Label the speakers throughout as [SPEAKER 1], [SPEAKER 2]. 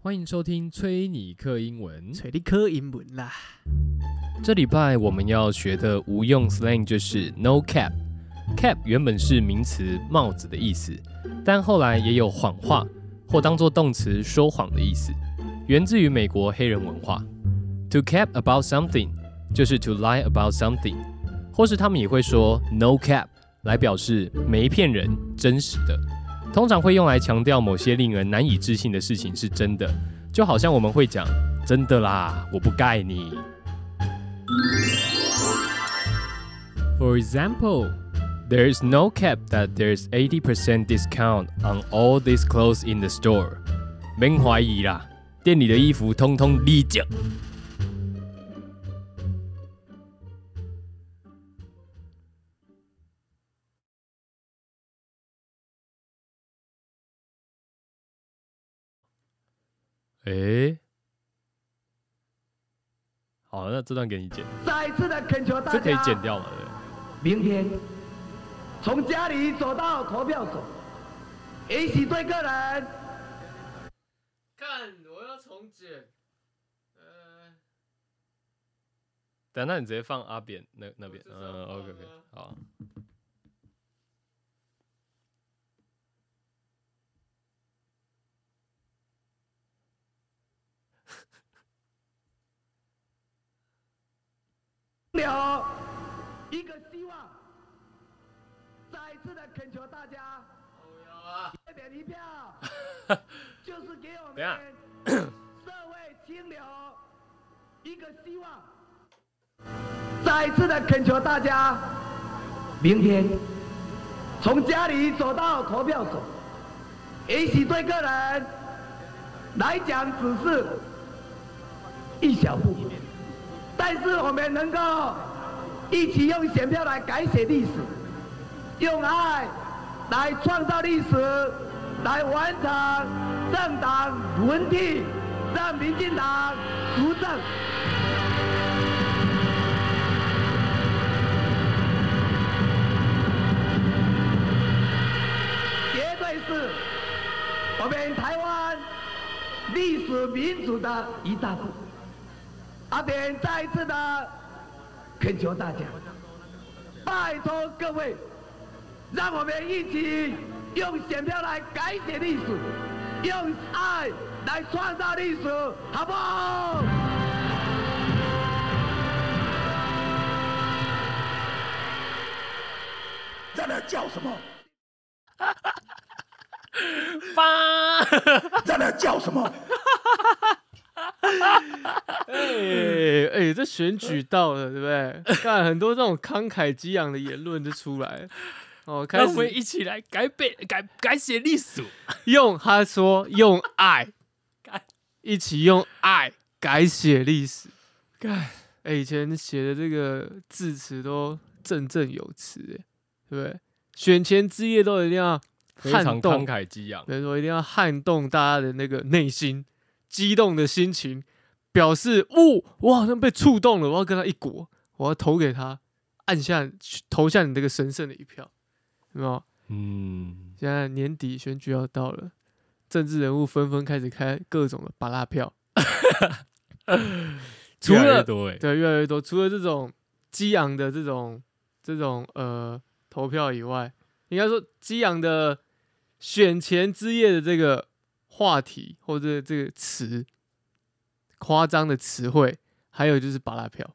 [SPEAKER 1] 欢迎收听崔尼克英文。
[SPEAKER 2] 找你考英文啦。
[SPEAKER 1] 这礼拜我们要学的无用 slang 就是 no cap。cap 原本是名词“帽子”的意思，但后来也有谎话或当做动词说谎的意思，源自于美国黑人文化。To cap about something 就是 to lie about something，或是他们也会说 no cap 来表示没骗人、真实的。通常会用来强调某些令人难以置信的事情是真的，就好像我们会讲“真的啦，我不盖你”。For example, there is no cap that there's 80% discount on all these clothes in the store. 别怀疑啦，店里的衣服通通立正。诶、好，那这段给你剪，
[SPEAKER 3] 再一次的恳求大
[SPEAKER 1] 这
[SPEAKER 3] 家，
[SPEAKER 1] 可以剪掉嘛？对不对。
[SPEAKER 3] 明天从家里走到投票所，一起对个人。
[SPEAKER 4] 看，我要重剪。呃，
[SPEAKER 1] 等，啊那你直接放阿扁那那边，
[SPEAKER 4] 我至少
[SPEAKER 1] 嗯，OK OK，
[SPEAKER 4] 放啊
[SPEAKER 1] 好啊。
[SPEAKER 3] 留一个希望。再一次的恳求大家，
[SPEAKER 4] 我要啊，
[SPEAKER 3] 一点一票，就是给我
[SPEAKER 1] 等一下
[SPEAKER 3] 们社会清流一个希望。再一次的恳求大家，明天从家里走到投票所，也许对个人来讲只是一小部分，但是我们能够一起用选票来改写历史。用爱来创造历史，来完成政党轮替，让民进党执政。绝对是我们台湾历史民主的一大步。阿扁再一次的恳求大家，拜托各位。让我们一起用选票来改写历史，用爱来创造历史，好不好？在那叫什么？在那叫什么？
[SPEAKER 2] 哎哎，这选举到了，对不对？看很多这种慷慨激昂的言论就出来。哦，开
[SPEAKER 1] 那我们
[SPEAKER 2] 始
[SPEAKER 1] 一起来改变、改改写历史。
[SPEAKER 2] 用他说用爱
[SPEAKER 1] 改，
[SPEAKER 2] 一起用爱改写历史。
[SPEAKER 1] 改
[SPEAKER 2] 哎，以前写的这个字词都振振有词，哎对不对？选前之夜都一定要
[SPEAKER 1] 非
[SPEAKER 2] 撼
[SPEAKER 1] 常慷
[SPEAKER 2] 动
[SPEAKER 1] 慨激昂，
[SPEAKER 2] 人说一定要撼动大家的那个内心激动的心情，表示哦，我好像被触动了，我要跟他一国，我要投给他，按下投下你这个神圣的一票，有没有？
[SPEAKER 1] 嗯，
[SPEAKER 2] 现在年底选举要到了，政治人物纷纷开始开各种的巴拉票，除
[SPEAKER 1] 越来越
[SPEAKER 2] 了
[SPEAKER 1] 多哎，
[SPEAKER 2] 对越来越多，除了这种激昂的这种这种呃投票以外，应该说激昂的选前之夜的这个话题或者这个词，夸张的词汇，还有就是巴拉票，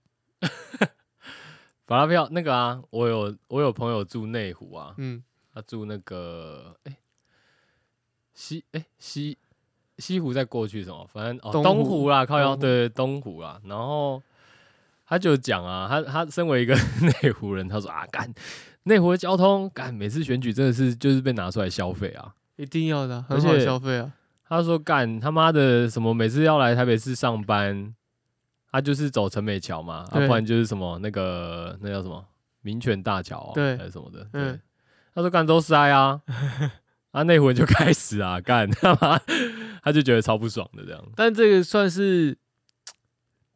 [SPEAKER 1] 法拉票那个啊，我有我有朋友住内湖啊，
[SPEAKER 2] 嗯，
[SPEAKER 1] 他住那个哎西哎西西湖再过去什么，反正哦
[SPEAKER 2] 东
[SPEAKER 1] 东
[SPEAKER 2] 湖
[SPEAKER 1] 湖啦，靠腰
[SPEAKER 2] 东湖
[SPEAKER 1] 对东湖啦，然后。他就讲啊，他他身为一个 内湖人，他说啊，干内湖的交通，干每次选举真的是就是被拿出来消费啊。
[SPEAKER 2] 一定要的啊，
[SPEAKER 1] 而
[SPEAKER 2] 很好
[SPEAKER 1] 且
[SPEAKER 2] 消费啊，
[SPEAKER 1] 他说干他妈的什么，每次要来台北市上班，他就是走陈美桥嘛，啊，
[SPEAKER 2] 对
[SPEAKER 1] 不然就是什么那个那叫什么民权大桥、哦，
[SPEAKER 2] 对
[SPEAKER 1] 还是什么的，对
[SPEAKER 2] 嗯。
[SPEAKER 1] 他说干都塞啊，啊内魂就 开始啊干他妈，他就觉得超不爽的这样，
[SPEAKER 2] 但这个算是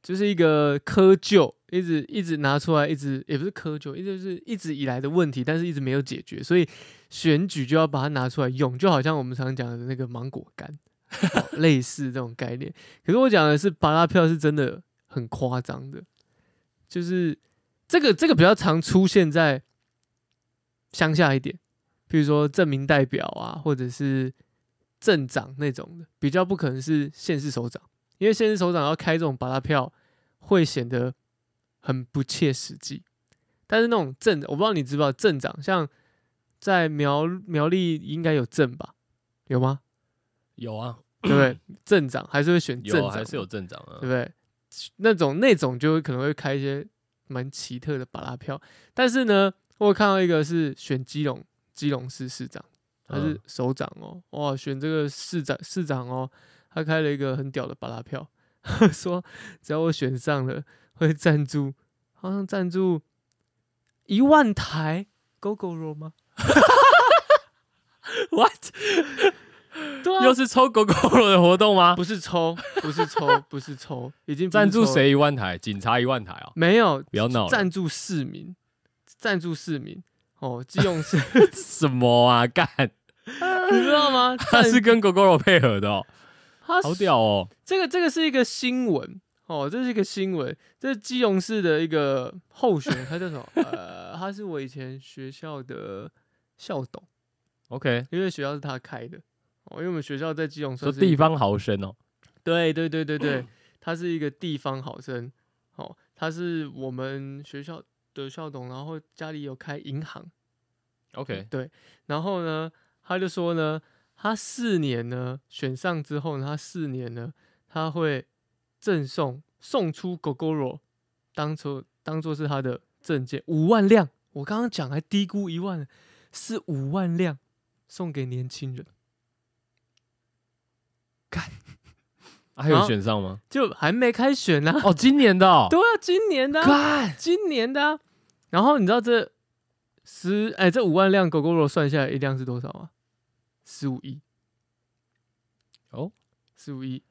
[SPEAKER 2] 就是一个窠臼，一直一直拿出来，一直也不是窠臼，一直就是一直以来的问题，但是一直没有解决，所以选举就要把它拿出来用，就好像我们常讲的那个芒果干，哦类似这种概念。可是我讲的是巴拉票是真的很夸张的，就是这个这个比较常出现在乡下一点，比如说镇民代表啊，或者是镇长那种的，比较不可能是县市首长，因为县市首长要开这种巴拉票会显得很不切实际。但是那种镇，我不知道你知不知道镇长，像在苗苗栗应该有镇吧？有吗？
[SPEAKER 1] 有啊，
[SPEAKER 2] 对 不对？镇长还是会选镇
[SPEAKER 1] 有
[SPEAKER 2] 长，
[SPEAKER 1] 啊还是有镇长啊
[SPEAKER 2] 对不。对？那种那种就会可能会开一些蛮奇特的巴拉票，但是呢，我有看到一个是选基隆基隆市市长，他是
[SPEAKER 1] 嗯
[SPEAKER 2] 首长哦，哇，选这个市长市长哦，他开了一个很屌的巴拉票， 他说只要我选上了，会赞助，好像赞助一万台 GoGo 吗
[SPEAKER 1] What？
[SPEAKER 2] 对啊
[SPEAKER 1] 又，是抽狗狗肉的活动吗？
[SPEAKER 2] 不是抽，不是抽，不是抽，已经不是
[SPEAKER 1] 赞助
[SPEAKER 2] 抽了
[SPEAKER 1] 谁一万台？警察一万台哦，
[SPEAKER 2] 没有
[SPEAKER 1] 不要闹了！
[SPEAKER 2] 赞助市民，赞助市民哦，基隆 市
[SPEAKER 1] 什么啊？干，
[SPEAKER 2] 你知道吗？
[SPEAKER 1] 他是
[SPEAKER 2] 赞
[SPEAKER 1] 跟狗狗肉配合的哦，
[SPEAKER 2] 他
[SPEAKER 1] 好屌哦！
[SPEAKER 2] 这个这个是一个新闻哦，这是一个新闻，这是基隆市的一个候选人，他叫什 么？呃，他是我以前学校的校董，
[SPEAKER 1] OK，
[SPEAKER 2] 因为学校是他开的哦，因为我们学校在基隆
[SPEAKER 1] 说
[SPEAKER 2] 算是
[SPEAKER 1] 地方嗯豪绅哦，
[SPEAKER 2] 对对对对对，他是一个地方好生，哦，他是我们学校的校董，然后家里有开银行。
[SPEAKER 1] OK，
[SPEAKER 2] 嗯对，然后呢，他就说呢，他四年呢选上之后呢，他四年呢，他会赠送送出 Gogoro，当做当做是他的证件五万辆。我刚刚讲还低估一万，是五万辆送给年轻人，
[SPEAKER 1] 还有
[SPEAKER 2] 啊
[SPEAKER 1] 选上 吗？
[SPEAKER 2] 就还没开选啊呢、
[SPEAKER 1] 哦，今年的哦，
[SPEAKER 2] 对啊，今年的啊、
[SPEAKER 1] 干
[SPEAKER 2] 今年的啊、然后你知道这十哎这五万辆 Gogoro 算下来一辆是多少吗？十五亿
[SPEAKER 1] 哦，
[SPEAKER 2] 十五亿。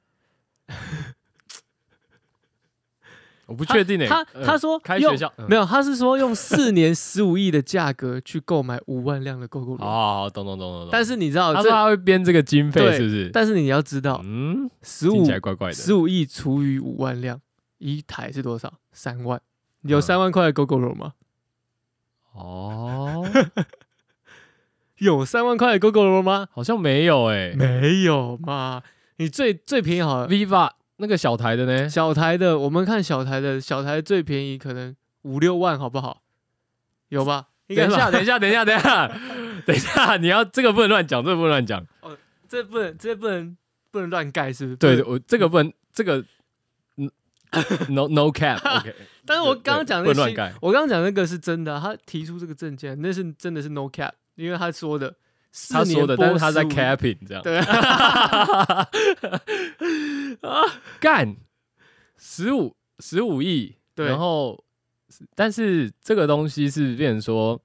[SPEAKER 1] 我不确定诶。
[SPEAKER 2] 他
[SPEAKER 1] 呃
[SPEAKER 2] 他说
[SPEAKER 1] 开
[SPEAKER 2] 用
[SPEAKER 1] 学校嗯
[SPEAKER 2] 没有，他是说用四年十五亿的价格去购买五万辆的 GoGo
[SPEAKER 1] 好好好，懂懂懂懂懂。
[SPEAKER 2] 但是你知道
[SPEAKER 1] 哦他说
[SPEAKER 2] 这，
[SPEAKER 1] 他会编这个经费，
[SPEAKER 2] 对
[SPEAKER 1] 是不是？
[SPEAKER 2] 但是你要知道，
[SPEAKER 1] 嗯，
[SPEAKER 2] 十
[SPEAKER 1] 听
[SPEAKER 2] 五
[SPEAKER 1] 起来怪怪的。
[SPEAKER 2] 十五亿除以五万辆，一台是多少？三万。有
[SPEAKER 1] 嗯
[SPEAKER 2] 三万块的 GoGo 吗？
[SPEAKER 1] 哦，
[SPEAKER 2] 有三万块的 GoGo 吗？
[SPEAKER 1] 好像没有欸诶。
[SPEAKER 2] 没有嘛。你最最便宜好了，
[SPEAKER 1] Viva 那个小台的呢？
[SPEAKER 2] 小台的，我们看小台的，小台最便宜可能五六万，好不好？有吧？应该
[SPEAKER 1] 等一下，
[SPEAKER 2] 吧
[SPEAKER 1] 等一下，等一下，等一下，等一下，你要这个不能乱讲，这个不能乱讲。
[SPEAKER 2] 这不能，这不能，不能乱盖，是不是？
[SPEAKER 1] 对，我这个不能，这个嗯 no no cap。OK，
[SPEAKER 2] 但是我刚刚讲
[SPEAKER 1] 不
[SPEAKER 2] 那
[SPEAKER 1] 能乱
[SPEAKER 2] 新，
[SPEAKER 1] 改。
[SPEAKER 2] 我刚刚讲那个是真的啊、他提出这个证件，那是真的是 no cap，因为他说的，四
[SPEAKER 1] 他
[SPEAKER 2] 年
[SPEAKER 1] 说的，
[SPEAKER 2] 拨
[SPEAKER 1] 但是他在
[SPEAKER 2] 15
[SPEAKER 1] capping 这样。
[SPEAKER 2] 对啊
[SPEAKER 1] 干十五十五亿，
[SPEAKER 2] 对
[SPEAKER 1] 然后但是这个东西是变成说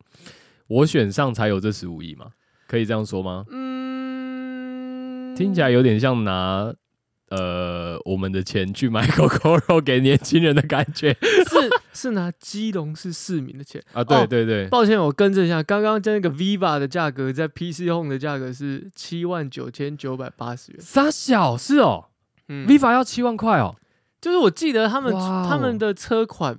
[SPEAKER 1] 我选上才有这十五亿吗？可以这样说吗？
[SPEAKER 2] 嗯，
[SPEAKER 1] 听起来有点像拿呃我们的钱去买 狗狗肉给年轻人的感觉
[SPEAKER 2] 是是拿基隆市市民的钱。
[SPEAKER 1] 啊！对
[SPEAKER 2] 哦
[SPEAKER 1] 对对，
[SPEAKER 2] 抱歉，我更正一下，刚刚那个 Viva 的价格在 PC Home 的价格是七万九千九百八十元。
[SPEAKER 1] 傻小是哦
[SPEAKER 2] 嗯
[SPEAKER 1] ，Viva 要七万块哦，
[SPEAKER 2] 就是我记得他们
[SPEAKER 1] 哇哦
[SPEAKER 2] 他们的车款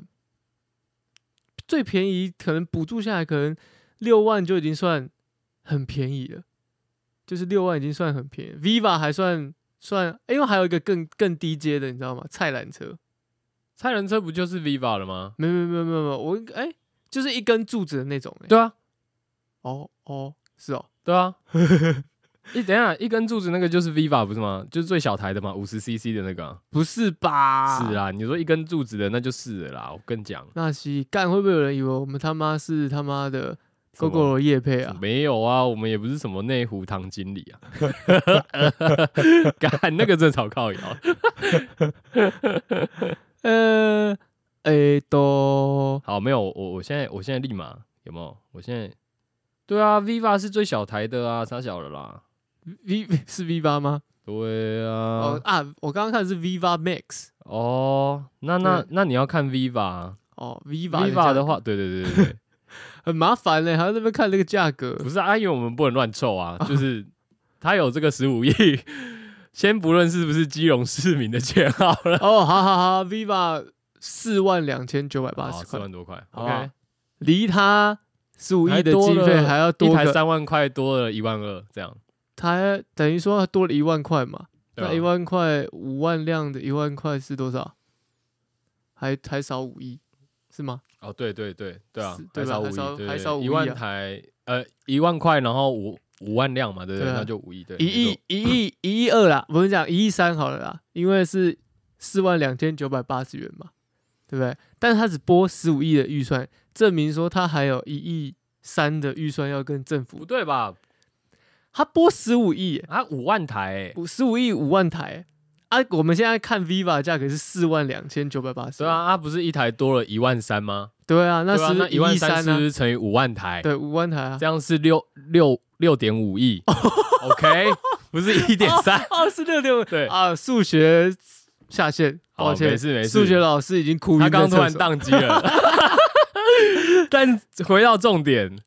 [SPEAKER 2] 最便宜，可能补助下来可能六万就已经算很便宜了，就是六万已经算很便宜。Viva 还算算，因为还有一个更更低阶的，你知道吗？菜篮车，
[SPEAKER 1] 菜人车不就是 Viva 了吗？
[SPEAKER 2] 没没没没没，我哎、就是一根柱子的那种、哎，
[SPEAKER 1] 对啊，
[SPEAKER 2] 哦哦，是哦，
[SPEAKER 1] 对啊。 一等一下，一根柱子那个就是 Viva 不是吗？就是最小台的嘛，五十 CC 的那个啊、
[SPEAKER 2] 不是吧？
[SPEAKER 1] 是，啊，你说一根柱子的那就是了啦。我跟你讲，
[SPEAKER 2] 纳西干会不会有人以为我们他妈是他妈的
[SPEAKER 1] 什么
[SPEAKER 2] GoGo 叶配啊？
[SPEAKER 1] 没有啊，我们也不是什么内湖堂经理啊。 干那个真的超靠摇，
[SPEAKER 2] 呃，哎都。
[SPEAKER 1] 好，没有我，我现在我现在立马有没有？我现在对啊，Viva 是最小台的啊，傻小了啦。
[SPEAKER 2] V 是 V 八吗？
[SPEAKER 1] 对
[SPEAKER 2] 哦
[SPEAKER 1] 啊，
[SPEAKER 2] 啊，我刚刚看的是 V 八 Max
[SPEAKER 1] 哦，那那
[SPEAKER 2] 对
[SPEAKER 1] 那你要看 Viva 啊
[SPEAKER 2] 哦，V 八
[SPEAKER 1] Viva 的话，对对对对对，
[SPEAKER 2] 很麻烦嘞，还要在那边看那个价格
[SPEAKER 1] 不。是啊，因为我们不能乱凑啊，就是他有这个十五亿，先不论是不是基隆市民的钱好了，
[SPEAKER 2] 哦，好好好，Viva 四万两千九百八十
[SPEAKER 1] 四
[SPEAKER 2] 块，
[SPEAKER 1] 万啊多块
[SPEAKER 2] 好
[SPEAKER 1] ，OK，
[SPEAKER 2] 离他十五亿的经费还要
[SPEAKER 1] 一
[SPEAKER 2] 多
[SPEAKER 1] 台
[SPEAKER 2] 个，
[SPEAKER 1] 三万块多了一万二这样，
[SPEAKER 2] 他等于说多了一万块嘛。
[SPEAKER 1] 对吧啊
[SPEAKER 2] 那一万块五万辆的一万块是多少？还还少五亿，是吗？
[SPEAKER 1] 哦，对对对对啊
[SPEAKER 2] 是，
[SPEAKER 1] 还
[SPEAKER 2] 对吧
[SPEAKER 1] 少五
[SPEAKER 2] 还
[SPEAKER 1] 亿，
[SPEAKER 2] 少
[SPEAKER 1] 对对
[SPEAKER 2] 还
[SPEAKER 1] 对
[SPEAKER 2] 少五
[SPEAKER 1] 一
[SPEAKER 2] 亿
[SPEAKER 1] 万
[SPEAKER 2] 啊
[SPEAKER 1] 台，呃，一万块，然后五五万辆嘛，对不对？
[SPEAKER 2] 对啊
[SPEAKER 1] 那就五亿，对，
[SPEAKER 2] 一
[SPEAKER 1] 没错
[SPEAKER 2] 亿一亿一亿二啦，我们讲一亿三好了啦，因为是四万两千九百八十元嘛，对不对？但是他只拨十五亿的预算，证明说他还有一亿三的预算要跟政
[SPEAKER 1] 不
[SPEAKER 2] 府，
[SPEAKER 1] 对吧？
[SPEAKER 2] 他拨十五亿耶，
[SPEAKER 1] 啊，五万台、欸，
[SPEAKER 2] 五十五亿五万台耶啊！我们现在看 Viva 价格是四万两千九百八十，
[SPEAKER 1] 对啊，，啊，不是一台多了一万三吗？
[SPEAKER 2] 对啊，那
[SPEAKER 1] 对啊
[SPEAKER 2] 是
[SPEAKER 1] 那一万
[SPEAKER 2] 亿
[SPEAKER 1] 三
[SPEAKER 2] 三
[SPEAKER 1] 是不
[SPEAKER 2] 啊，
[SPEAKER 1] 是乘以五万台？
[SPEAKER 2] 对，五万台啊
[SPEAKER 1] 这，样是六六六点五 亿，OK，不是一点三。
[SPEAKER 2] 二十六点五，
[SPEAKER 1] 对
[SPEAKER 2] 啊，数学下线，
[SPEAKER 1] 好
[SPEAKER 2] 抱歉，
[SPEAKER 1] 没事没事
[SPEAKER 2] 数学老师已经哭晕
[SPEAKER 1] 他刚
[SPEAKER 2] 在
[SPEAKER 1] 刚突
[SPEAKER 2] 厕
[SPEAKER 1] 然
[SPEAKER 2] 所
[SPEAKER 1] 宕机了， 但回到重点，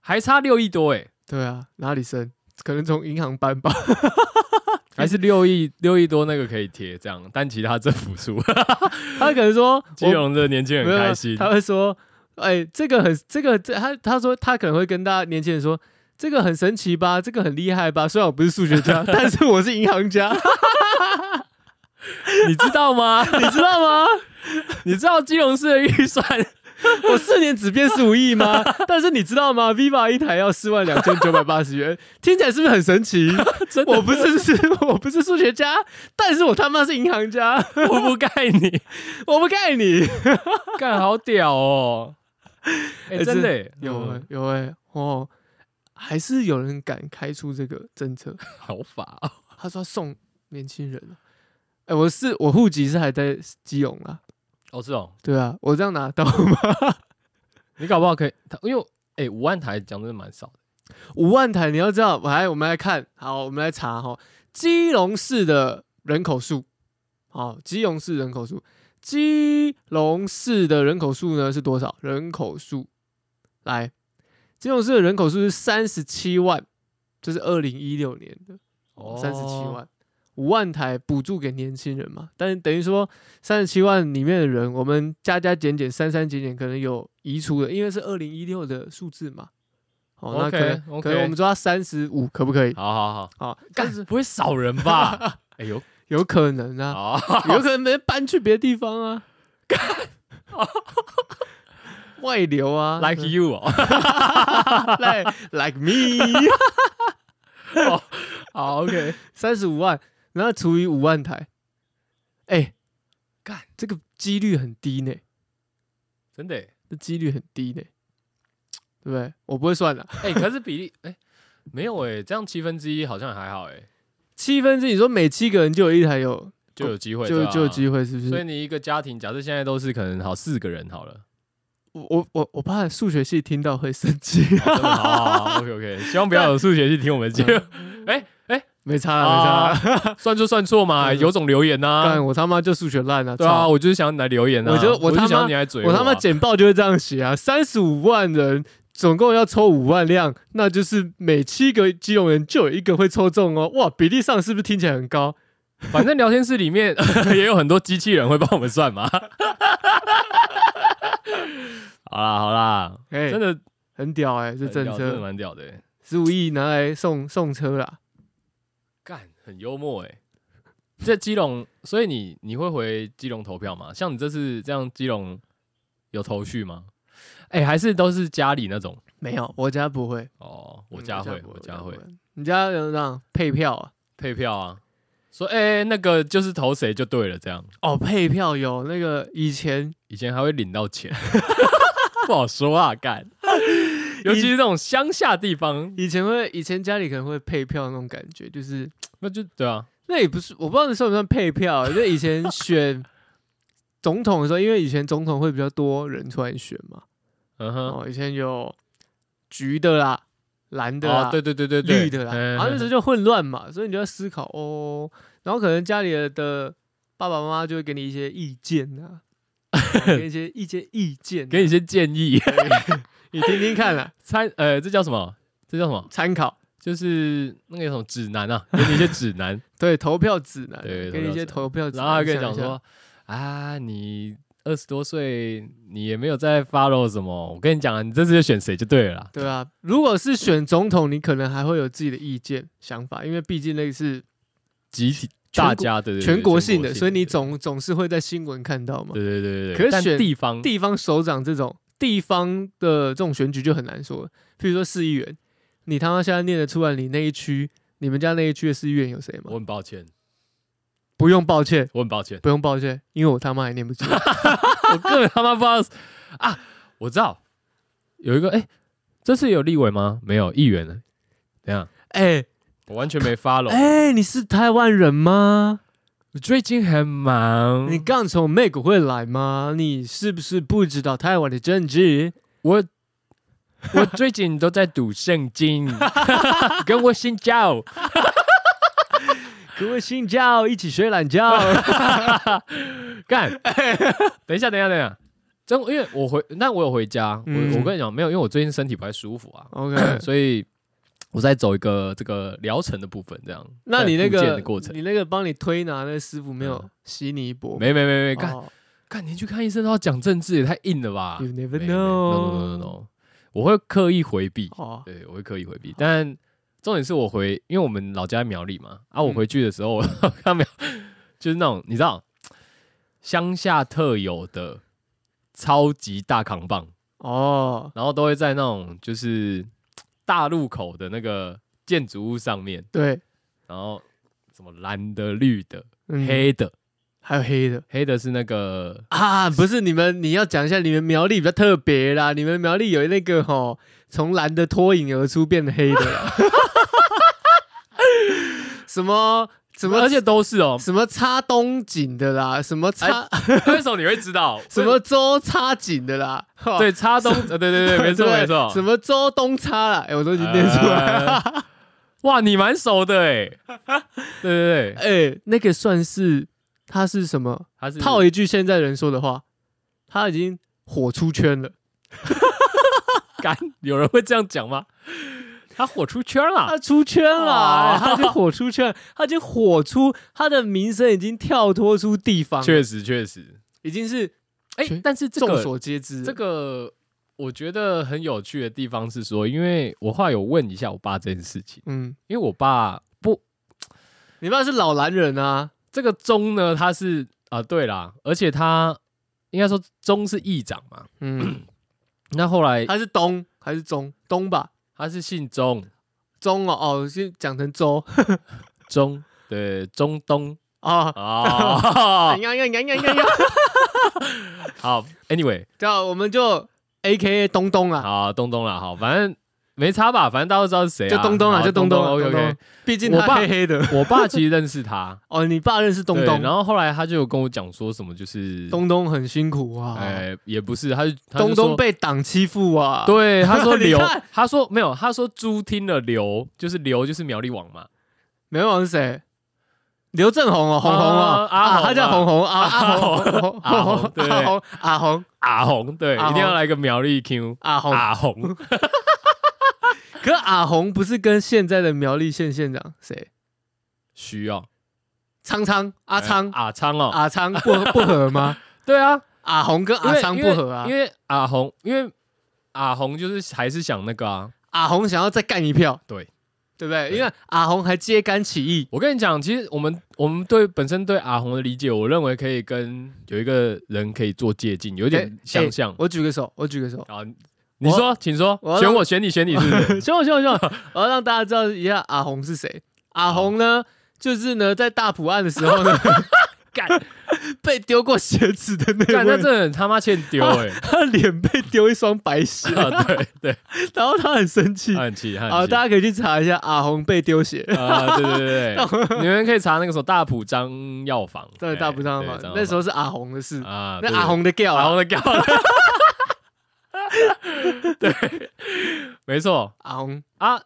[SPEAKER 1] 还差六亿多哎，
[SPEAKER 2] 对啊，哪里生？可能从银行搬吧。
[SPEAKER 1] 还是六亿六亿多那个可以贴这样，但其他政府出，
[SPEAKER 2] 他可能说，
[SPEAKER 1] 基隆的年轻
[SPEAKER 2] 我
[SPEAKER 1] 人
[SPEAKER 2] 没有
[SPEAKER 1] 很
[SPEAKER 2] 没有
[SPEAKER 1] 开心，
[SPEAKER 2] 他会说，哎、这个很这个这他他说他可能会跟大家年轻人说，这个很神奇吧，这个很厉害吧。虽然我不是数学家， 但是我是银行 家，
[SPEAKER 1] 你知道 吗？
[SPEAKER 2] 你知道吗？
[SPEAKER 1] 你知道基隆市的预算？
[SPEAKER 2] 我四年只变十五亿吗？但是你知道吗？Viva 一台要四万两千九百八十元，听起来是不是很神奇？
[SPEAKER 1] 真的
[SPEAKER 2] 我不是是，我不是数学家，但是我他妈是银行家，
[SPEAKER 1] 我不盖你，
[SPEAKER 2] 我不盖你。
[SPEAKER 1] 干好屌 哦！哎、
[SPEAKER 2] 哎
[SPEAKER 1] 真的
[SPEAKER 2] 这
[SPEAKER 1] 欸、
[SPEAKER 2] 有哎、
[SPEAKER 1] 嗯
[SPEAKER 2] 有哎、哦，还是有人敢开出这个政策。
[SPEAKER 1] 好法哦、
[SPEAKER 2] 他说要送年轻人啊，哎、我是我户籍是还在基隆啦，
[SPEAKER 1] 哦，是哦，
[SPEAKER 2] 对啊，我这样拿到吗？
[SPEAKER 1] 你搞不好可以，他因为哎五、万台讲真的蛮少的，
[SPEAKER 2] 五万台，你要知道，来我们来看，好，我们来查哈，基隆市的人口数，好，基隆市人口数，基隆市的人口数呢是多少？人口数，来，基隆市的人口数是三十七万，这、是二零一六年的。
[SPEAKER 1] 哦
[SPEAKER 2] 三十七万，五万台补助给年轻人嘛。但是等于说三十七万里面的人，我们加加减减、删删减减，可能有移除的，因为是二零一六的数字嘛。哦，那可能
[SPEAKER 1] OK，OK
[SPEAKER 2] 可能我们抓三十五，可不可以？
[SPEAKER 1] 好好好，
[SPEAKER 2] 好，哦但
[SPEAKER 1] 干
[SPEAKER 2] 是
[SPEAKER 1] 不会少人 吧？哎呦，哦
[SPEAKER 2] 有可能啊，
[SPEAKER 1] 好，
[SPEAKER 2] 有可能没搬去别的地方啊，外流啊
[SPEAKER 1] like you 哦，
[SPEAKER 2] like like me，
[SPEAKER 1] 好 OK，
[SPEAKER 2] 三十五万，然后除以五万台，哎、
[SPEAKER 1] 干
[SPEAKER 2] 这个几率很低呢。
[SPEAKER 1] 真的欸
[SPEAKER 2] 这几率很低呢，对不对？我不会算的，
[SPEAKER 1] 哎、可是比例哎、没有哎、这样七分之一好像还好哎、
[SPEAKER 2] 七分之一，你说每七个人就有一台有，
[SPEAKER 1] 就有机会，
[SPEAKER 2] 就
[SPEAKER 1] 对吧
[SPEAKER 2] 就有机会，是不
[SPEAKER 1] 所以
[SPEAKER 2] 是？
[SPEAKER 1] 你一个家庭，假设现在都是可能好四个人好 了，
[SPEAKER 2] 我我我我怕数学系听到会生气，
[SPEAKER 1] 哦真的 好好好 OK OK，希望不要有数学去听我们的节 目。哎哎，
[SPEAKER 2] 没差啦
[SPEAKER 1] 啊
[SPEAKER 2] 没差啦，
[SPEAKER 1] 算错算错 嘛，
[SPEAKER 2] 嗯
[SPEAKER 1] 有种留言呐
[SPEAKER 2] 但，我他妈就数学烂了，
[SPEAKER 1] 对啊，
[SPEAKER 2] 操，
[SPEAKER 1] 我就是想你来留言啊，
[SPEAKER 2] 我觉得我
[SPEAKER 1] 我就
[SPEAKER 2] 他妈
[SPEAKER 1] 想要你来嘴
[SPEAKER 2] 我
[SPEAKER 1] 啊
[SPEAKER 2] 他妈简报就会这样写啊，三十五万人。总共要抽五万辆，那就是每七个基隆人就有一个会抽中哦。哇，比例上是不是听起来很高？
[SPEAKER 1] 反正聊天室里面 也有很多机器人会帮我们算嘛。 好啦好啦，
[SPEAKER 2] 哎、
[SPEAKER 1] 真的
[SPEAKER 2] 很屌哎、这政
[SPEAKER 1] 很屌真的
[SPEAKER 2] 策
[SPEAKER 1] 蛮屌的欸，
[SPEAKER 2] 十五亿拿来送送车啦。
[SPEAKER 1] 干很幽默哎。在基隆，所以你你会回基隆投票吗？像你这次这样，基隆有头绪吗？哎、还是都是家里那种？
[SPEAKER 2] 没有，我家不会。
[SPEAKER 1] 哦，
[SPEAKER 2] 嗯
[SPEAKER 1] 我家会，
[SPEAKER 2] 不
[SPEAKER 1] 我家
[SPEAKER 2] 不
[SPEAKER 1] 会
[SPEAKER 2] 你家有那种配票啊？
[SPEAKER 1] 配票啊，说哎、那个就是投谁就对了，这样
[SPEAKER 2] 哦，配票有那个以前
[SPEAKER 1] 以前还会领到钱， 不好说啊，干，尤其是那种乡下地方，
[SPEAKER 2] 以前会以前家里可能会配票那种感觉，就是
[SPEAKER 1] 那就对啊，
[SPEAKER 2] 那也不是我不知道你算不算配票啊，就以前选总统的时候，因为以前总统会比较多人出来选嘛，
[SPEAKER 1] 嗯哼，
[SPEAKER 2] 哦，以前有橘的啦、蓝的
[SPEAKER 1] 哦，
[SPEAKER 2] 啦、
[SPEAKER 1] 对对对对对，
[SPEAKER 2] 啊绿的啦，
[SPEAKER 1] 嗯
[SPEAKER 2] 然后那时候就混乱嘛，所以你就要思考哦，然后可能家里的爸爸妈妈就会给你一些意见啊，哦给你一些一些意见
[SPEAKER 1] 嗯
[SPEAKER 2] 啊、
[SPEAKER 1] 给你一些建议，
[SPEAKER 2] 对你听听看啦，啊
[SPEAKER 1] 参呃，这叫什么？这叫什么？
[SPEAKER 2] 参考
[SPEAKER 1] 就是那个什么指南啊，给你一些指南，
[SPEAKER 2] 对，投票指南，
[SPEAKER 1] 对
[SPEAKER 2] 给你一些投票指
[SPEAKER 1] 然
[SPEAKER 2] 南。
[SPEAKER 1] 后他跟你讲
[SPEAKER 2] 想一下，
[SPEAKER 1] 说啊，你二十多岁，你也没有在 follow 什么，我跟你讲啊，你这次就选谁就对了啦。
[SPEAKER 2] 对啊，如果是选总统，你可能还会有自己的意见想法，因为毕竟那个是
[SPEAKER 1] 集体
[SPEAKER 2] 全
[SPEAKER 1] 大
[SPEAKER 2] 国
[SPEAKER 1] 家的
[SPEAKER 2] 全国性的，所以嗯你
[SPEAKER 1] 总
[SPEAKER 2] 总总是会在新闻看到嘛。
[SPEAKER 1] 对对对对对，
[SPEAKER 2] 可是
[SPEAKER 1] 但
[SPEAKER 2] 选
[SPEAKER 1] 地方
[SPEAKER 2] 地方首长这种地方的这种选举就很难说了，譬如说市议员，你他妈现在念得出来你那一区，你们家那一区的市议员有谁
[SPEAKER 1] 我
[SPEAKER 2] 吗？
[SPEAKER 1] 很抱歉，
[SPEAKER 2] 不用抱歉，
[SPEAKER 1] 我很抱歉，
[SPEAKER 2] 不用抱歉，因为我他妈也念不出 来。
[SPEAKER 1] 我 根本他妈不知道啊！我知道有一个哎、这次有立委吗？没有议员呢？怎样？
[SPEAKER 2] 哎
[SPEAKER 1] 我完全没 follow。
[SPEAKER 2] 哎，你是台湾人吗？
[SPEAKER 1] 我最近很忙，
[SPEAKER 2] 你刚从美国回来吗？你是不是不知道台湾的政治？
[SPEAKER 1] 我我最近都在读圣经， 跟我信教。
[SPEAKER 2] 各位信教一起睡 懒觉。
[SPEAKER 1] 干，等一下，等一下，等一下，真因为我回，那我有回家，我、
[SPEAKER 2] 嗯
[SPEAKER 1] 我跟你讲，没有，因为我最近身体不太舒服啊，
[SPEAKER 2] OK，
[SPEAKER 1] 所以我在走一个这个疗程的部分，这样。
[SPEAKER 2] 那你
[SPEAKER 1] 在
[SPEAKER 2] 那
[SPEAKER 1] 复健
[SPEAKER 2] 个
[SPEAKER 1] 的过程，
[SPEAKER 2] 你那个帮你推拿那个师傅没有
[SPEAKER 1] 嗯
[SPEAKER 2] 洗你一哦波？
[SPEAKER 1] 没没没没
[SPEAKER 2] 没
[SPEAKER 1] 干干，你去看医生都要讲政治，也太硬了吧
[SPEAKER 2] You never
[SPEAKER 1] 没没 no no no no
[SPEAKER 2] know。
[SPEAKER 1] no，我会刻意回避，
[SPEAKER 2] 哦，
[SPEAKER 1] 对我会刻意回避，但。重点是我回，因为我们老家在苗栗嘛，啊，我
[SPEAKER 2] 嗯
[SPEAKER 1] 回去的时候，我看苗，就是那种你知道，乡下特有的超级大扛棒，
[SPEAKER 2] 哦，
[SPEAKER 1] 然后都会在那种就是大路口的那个建筑物上面，
[SPEAKER 2] 对，
[SPEAKER 1] 然后什么蓝的、绿的、
[SPEAKER 2] 嗯，
[SPEAKER 1] 黑的，
[SPEAKER 2] 还有黑的
[SPEAKER 1] 黑的是那个
[SPEAKER 2] 啊，不是你们，你要讲一下你们苗栗比较特别啦，你们苗栗有那个吼，从蓝的脱颖而出变黑 的啦，什么什么，。
[SPEAKER 1] 而且都是哦
[SPEAKER 2] 什么插东井的啦，什么
[SPEAKER 1] 哎
[SPEAKER 2] 插、
[SPEAKER 1] 为什么你会知道？
[SPEAKER 2] 什么州插井的 啦，哈
[SPEAKER 1] 对插东？呃对对 对，没错
[SPEAKER 2] 哦对
[SPEAKER 1] 没错。
[SPEAKER 2] 什么州东插啦，哎、我都已经念出来了，
[SPEAKER 1] 呃哇，你蛮熟的 哎。对对对，
[SPEAKER 2] 哎、那个算是他是什么？
[SPEAKER 1] 他是
[SPEAKER 2] 套一句现在人说的话，他已经火出圈了，
[SPEAKER 1] 干，有人会这样讲吗？他火出圈了
[SPEAKER 2] 他。出圈了哎
[SPEAKER 1] 哦，
[SPEAKER 2] 他已经火出圈了，他已经火出，他的名声已经跳脱出地方了，
[SPEAKER 1] 确实确实，
[SPEAKER 2] 已经是
[SPEAKER 1] 哎
[SPEAKER 2] 啊确，
[SPEAKER 1] 但是这
[SPEAKER 2] 众
[SPEAKER 1] 个
[SPEAKER 2] 所皆知。
[SPEAKER 1] 这个我觉得很有趣的地方是说，因为我后来有问一下我爸这件事情，
[SPEAKER 2] 嗯，
[SPEAKER 1] 因为我爸不
[SPEAKER 2] 你爸是老男人啊，
[SPEAKER 1] 这个钟呢，他是啊、对啦，而且他应该说钟是议长嘛，
[SPEAKER 2] 嗯，
[SPEAKER 1] 那后来
[SPEAKER 2] 他是东还是中东吧？
[SPEAKER 1] 他是姓钟，
[SPEAKER 2] 中哦哦，是讲成周
[SPEAKER 1] 钟对中东
[SPEAKER 2] 啊。
[SPEAKER 1] 啊
[SPEAKER 2] 哎，呀呀呀呀呀呀！
[SPEAKER 1] 好，anyway，
[SPEAKER 2] 这样我们就 A K A 东东啊，
[SPEAKER 1] 好东东啦，好，反正没差吧，反正大家都知道是谁、啊，
[SPEAKER 2] 就东东啊，
[SPEAKER 1] 好
[SPEAKER 2] 就东
[SPEAKER 1] 东
[SPEAKER 2] 东啊。
[SPEAKER 1] ，OK
[SPEAKER 2] 东东
[SPEAKER 1] OK
[SPEAKER 2] 啊。毕竟
[SPEAKER 1] 我
[SPEAKER 2] 他
[SPEAKER 1] 爸
[SPEAKER 2] 黑黑的。
[SPEAKER 1] 我爸其实认识他，
[SPEAKER 2] 哦，你爸认识 东
[SPEAKER 1] 对
[SPEAKER 2] 东，
[SPEAKER 1] 然后后来他就有跟我讲说什么，就是
[SPEAKER 2] 东东很辛苦啊，
[SPEAKER 1] 哎、也不是，他就他就
[SPEAKER 2] 东东
[SPEAKER 1] 说
[SPEAKER 2] 被党欺负啊，
[SPEAKER 1] 对他 说
[SPEAKER 2] 你
[SPEAKER 1] 刘
[SPEAKER 2] 看，
[SPEAKER 1] 他说没有，他说猪听了刘，就是刘就是苗栗王嘛，
[SPEAKER 2] 苗王是谁？刘正宏哦，红红哦，
[SPEAKER 1] 啊阿
[SPEAKER 2] 啊
[SPEAKER 1] 红
[SPEAKER 2] 他叫
[SPEAKER 1] 啊
[SPEAKER 2] 红红啊，阿红，
[SPEAKER 1] 阿红对
[SPEAKER 2] 阿红，阿红，
[SPEAKER 1] 阿红，对，
[SPEAKER 2] 阿红
[SPEAKER 1] 一定要来个苗栗 Q，
[SPEAKER 2] 阿红。
[SPEAKER 1] 阿红，
[SPEAKER 2] 可阿红不是跟现在的苗栗县县长谁？
[SPEAKER 1] 需要
[SPEAKER 2] 昌昌阿昌啊
[SPEAKER 1] 阿昌哦，
[SPEAKER 2] 阿昌不合不合吗？
[SPEAKER 1] 对啊，
[SPEAKER 2] 阿红跟
[SPEAKER 1] 因
[SPEAKER 2] 阿
[SPEAKER 1] 为
[SPEAKER 2] 昌不合啊
[SPEAKER 1] 因，为因为阿红，因为阿红就是还是想那个啊，
[SPEAKER 2] 阿红想要再干一票，
[SPEAKER 1] 对
[SPEAKER 2] 对不对？
[SPEAKER 1] 对
[SPEAKER 2] 因为阿红还揭竿起义，
[SPEAKER 1] 我跟你讲，其实我们我们对本身对阿红的理解，我认为可以跟有一个人可以做借鉴，有一
[SPEAKER 2] 哎
[SPEAKER 1] 点相像
[SPEAKER 2] 哎。我举个手，我举 个手，
[SPEAKER 1] 啊，你说，请说
[SPEAKER 2] 我，要
[SPEAKER 1] 选
[SPEAKER 2] 让
[SPEAKER 1] 我，选你，选你，是不 是？
[SPEAKER 2] 凶我凶我凶我！我要让大家知道一下阿红是谁。阿红呢，就是呢在大埔案的 时候呢，
[SPEAKER 1] 干
[SPEAKER 2] 被丢过鞋子的那
[SPEAKER 1] 干，那
[SPEAKER 2] 位，
[SPEAKER 1] 这很他妈欠丢哎！
[SPEAKER 2] 他脸被丢一双白鞋，
[SPEAKER 1] 啊，对对，
[SPEAKER 2] 然后他很生气。
[SPEAKER 1] 他很气，他
[SPEAKER 2] 啊，
[SPEAKER 1] 很气。
[SPEAKER 2] 大家可以去查一下阿红被丢鞋。
[SPEAKER 1] 啊，对对对 对，你们可以查那个什么大埔张药房，
[SPEAKER 2] 对，
[SPEAKER 1] 哎
[SPEAKER 2] 大埔上
[SPEAKER 1] 对
[SPEAKER 2] 嘛，
[SPEAKER 1] 张药
[SPEAKER 2] 那时候是阿红的事，
[SPEAKER 1] 房啊，对
[SPEAKER 2] 那阿，红的 g
[SPEAKER 1] 对
[SPEAKER 2] a
[SPEAKER 1] 阿
[SPEAKER 2] 啊，
[SPEAKER 1] 红的稿，对，没错
[SPEAKER 2] 阿红
[SPEAKER 1] 啊，